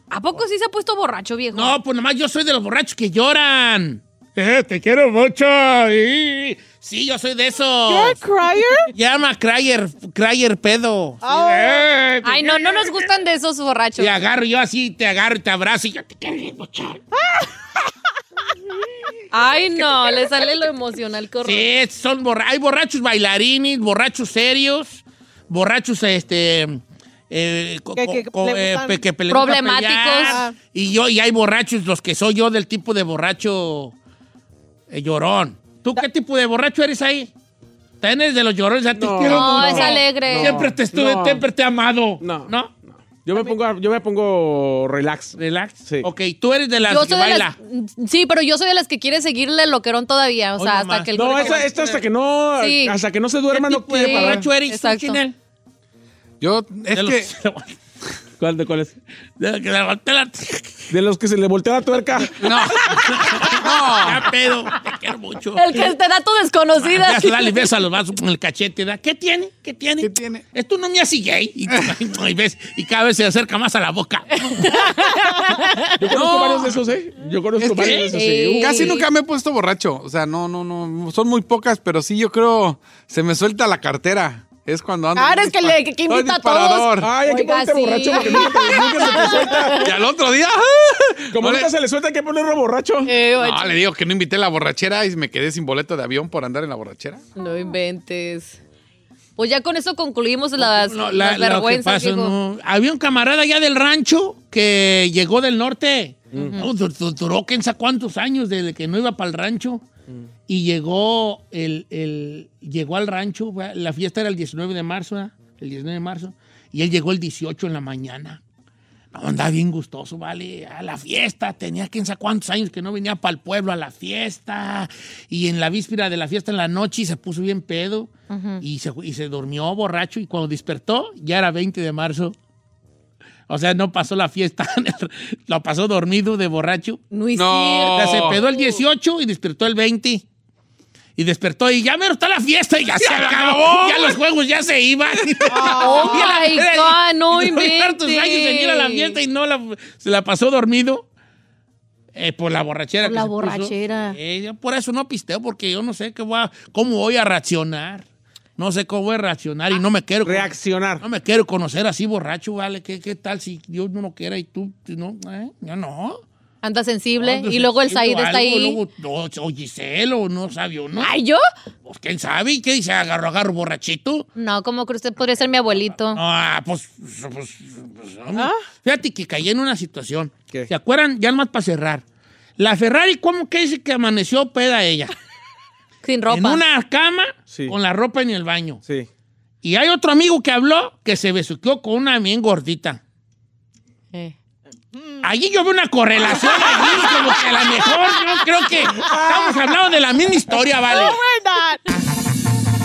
S2: ¿A poco sí se ha puesto borracho, viejo?
S1: No, pues nomás yo soy de los borrachos que lloran. Eh, te quiero mucho. y- Sí, yo soy de esos.
S10: ¿You're a
S1: [laughs]
S10: crier?
S1: Llama Cryer, Cryer pedo.
S10: Oh.
S3: [laughs]
S1: Eh,
S2: Ay, no, no nos gustan de esos borrachos.
S1: Te agarro yo así, te agarro y te abrazo y yo te quiero mucho.
S2: Ay, no, le sale lo emocional, qué horror.
S1: Sí, son borra- hay borrachos bailarines, borrachos serios, borrachos este eh, co-
S10: Que- que-
S1: co- co-
S10: le
S1: eh,
S10: gustan
S1: pe- que pelean para
S2: problemáticos.
S1: pelear.
S10: Ah.
S1: Y yo y hay borrachos, los que soy yo del tipo de borracho eh, llorón. ¿Tú qué tipo de borracho eres ahí? ¿También eres de los llorones? A ti
S3: No,
S1: quiero-
S2: No, es alegre.
S1: Siempre te estuve,
S3: No.
S1: siempre te he amado.
S3: No.
S1: ¿No?
S3: Yo me pongo, yo me pongo relax.
S1: Relax.
S3: Sí.
S1: Ok, tú eres de las
S2: Yo
S1: que
S2: soy de
S1: baila.
S2: las, sí, pero yo soy de las que quiere seguirle el loquerón todavía. O
S1: Hoy
S2: sea,
S1: nomás.
S2: hasta que el
S3: No,
S2: público-
S3: esa, esta hasta que no,
S2: Sí.
S3: hasta que no se
S1: ¿Qué
S3: duerma no
S1: tipo de
S3: quiere
S2: Sí.
S3: parar.
S1: borracho eres tú,
S2: Exacto.
S1: Chinel?
S4: Yo,
S1: De
S4: es
S1: los- [laughs]
S4: que
S3: ¿Cuál de cuál es?
S1: de- que la- te la-
S3: De los que se le voltea la tuerca.
S1: [laughs]
S4: No. no.
S1: Ya, pedo. Te quiero mucho.
S2: [laughs] El que te da tu desconocida.
S1: Beso,
S2: [laughs]
S1: dale, besa los vasos con el cachete. ¿da? ¿Qué tiene? ¿Qué tiene?
S4: ¿Qué tiene?
S1: Esto no me hace gay. Y, y ves, y cada vez se acerca más a la boca.
S3: Yo conozco varios de esos, ¿eh? Yo conozco
S4: Es que-
S3: varios de esos, sí.
S2: Sí.
S4: Casi nunca me he puesto borracho. O sea, no, no, no. Son muy pocas, pero sí, yo creo. Se me suelta la cartera. Es cuando ando.
S2: Ah,
S4: bien
S2: eres que
S4: dispar-
S2: le- que invita
S4: Soy
S2: a todos.
S4: disparador.
S3: Ay, hay que
S2: Oiga,
S3: ponerte
S2: sí.
S3: borracho porque nunca, nunca se te suelta.
S4: [laughs] Y al otro día. ¡ah!
S3: Como
S4: No le-
S3: nunca se le suelta, hay que ponerlo borracho.
S2: Eh,
S4: No, le digo que no invité la borrachera y me quedé sin boleto de avión por andar en la borrachera.
S2: No inventes. Pues ya con eso concluimos [laughs] las,
S1: No,
S2: las
S1: la- lo que
S2: vergüenzas,
S1: pasa,
S2: Diego.
S1: no. Había un camarada allá del rancho que llegó del norte. No, du- du- duró quién sabe cuántos años desde que no iba para el rancho.
S2: Mm.
S1: Y llegó el, el- llegó al rancho. va- La fiesta era el 19 de marzo, ¿verdad? el 19 de marzo. Y él llegó el 18 en la mañana. No, andaba bien gustoso, ¿vale? A la fiesta, tenía quién sabe cuántos años que no venía para el pueblo a la fiesta. Y en la víspera de la fiesta, en la noche, se puso bien pedo y, se, y se durmió borracho. Y cuando despertó, ya era 20 de marzo. O sea, no pasó la fiesta, [laughs] lo pasó dormido de borracho.
S2: No es
S4: No.
S1: O sea,
S2: cierto.
S1: se pedó el 18 y despertó el 20. Y despertó y ya mero está la fiesta y ya se acabó. Ya los juegos ya se iban. [laughs]
S2: Oh
S1: Y a la-
S2: my God, no
S1: [laughs] y duró hartos
S2: inventes.
S1: años en ir a la fiesta y no la, se la pasó dormido eh, por la borrachera.
S2: Por
S1: que
S2: la
S1: se puso.
S2: borrachera.
S1: Eh, yo por eso no pisteo porque yo no sé qué voy a- cómo voy a reaccionar. No sé cómo voy a reaccionar y no me quiero
S3: Reaccionar.
S1: no me quiero conocer así borracho, ¿vale? ¿Qué, qué tal si Dios no lo quiera y tú, tú no? ¿Eh? Yo no.
S2: Anda sensible.
S1: No,
S2: y luego el Said
S1: siento
S2: está
S1: algo,
S2: ahí.
S1: luego, no, o Giselle o no sabe o no.
S2: ¿Ay, yo?
S1: Pues quién sabe. ¿Y qué dice? ¿Agarro, agarro borrachito?
S2: No, como que usted podría ser mi abuelito.
S1: Ah, pues, pues, pues, hombre.
S10: ¿Ah?
S1: Fíjate que caí en una situación.
S3: ¿Qué?
S1: ¿Se acuerdan? Ya más para cerrar. La Ferrari, ¿cómo que dice que amaneció peda ella?
S2: Sin ropa.
S1: En una cama,
S3: Sí.
S1: con la ropa en el baño.
S3: Sí.
S1: Y hay otro amigo que habló que se besuqueó con una bien gordita.
S2: Eh.
S1: Allí yo veo una correlación allí, como que a lo mejor yo creo que estamos hablando de la misma historia, ¿vale?
S10: We're not.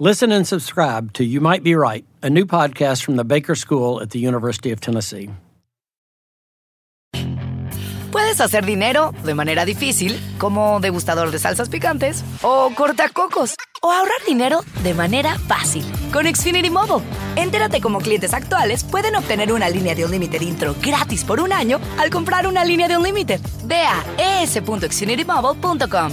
S12: Listen and subscribe to You Might Be Right, a new podcast from the Baker School at the University of Tennessee.
S13: Puedes hacer dinero de manera difícil, como degustador de salsas picantes, o cortacocos, o ahorrar dinero de manera fácil con Xfinity Mobile. Entérate cómo clientes actuales pueden obtener una línea de un límite intro gratis por un año al comprar una línea de un límite. Ve a es.xfinitymobile.com.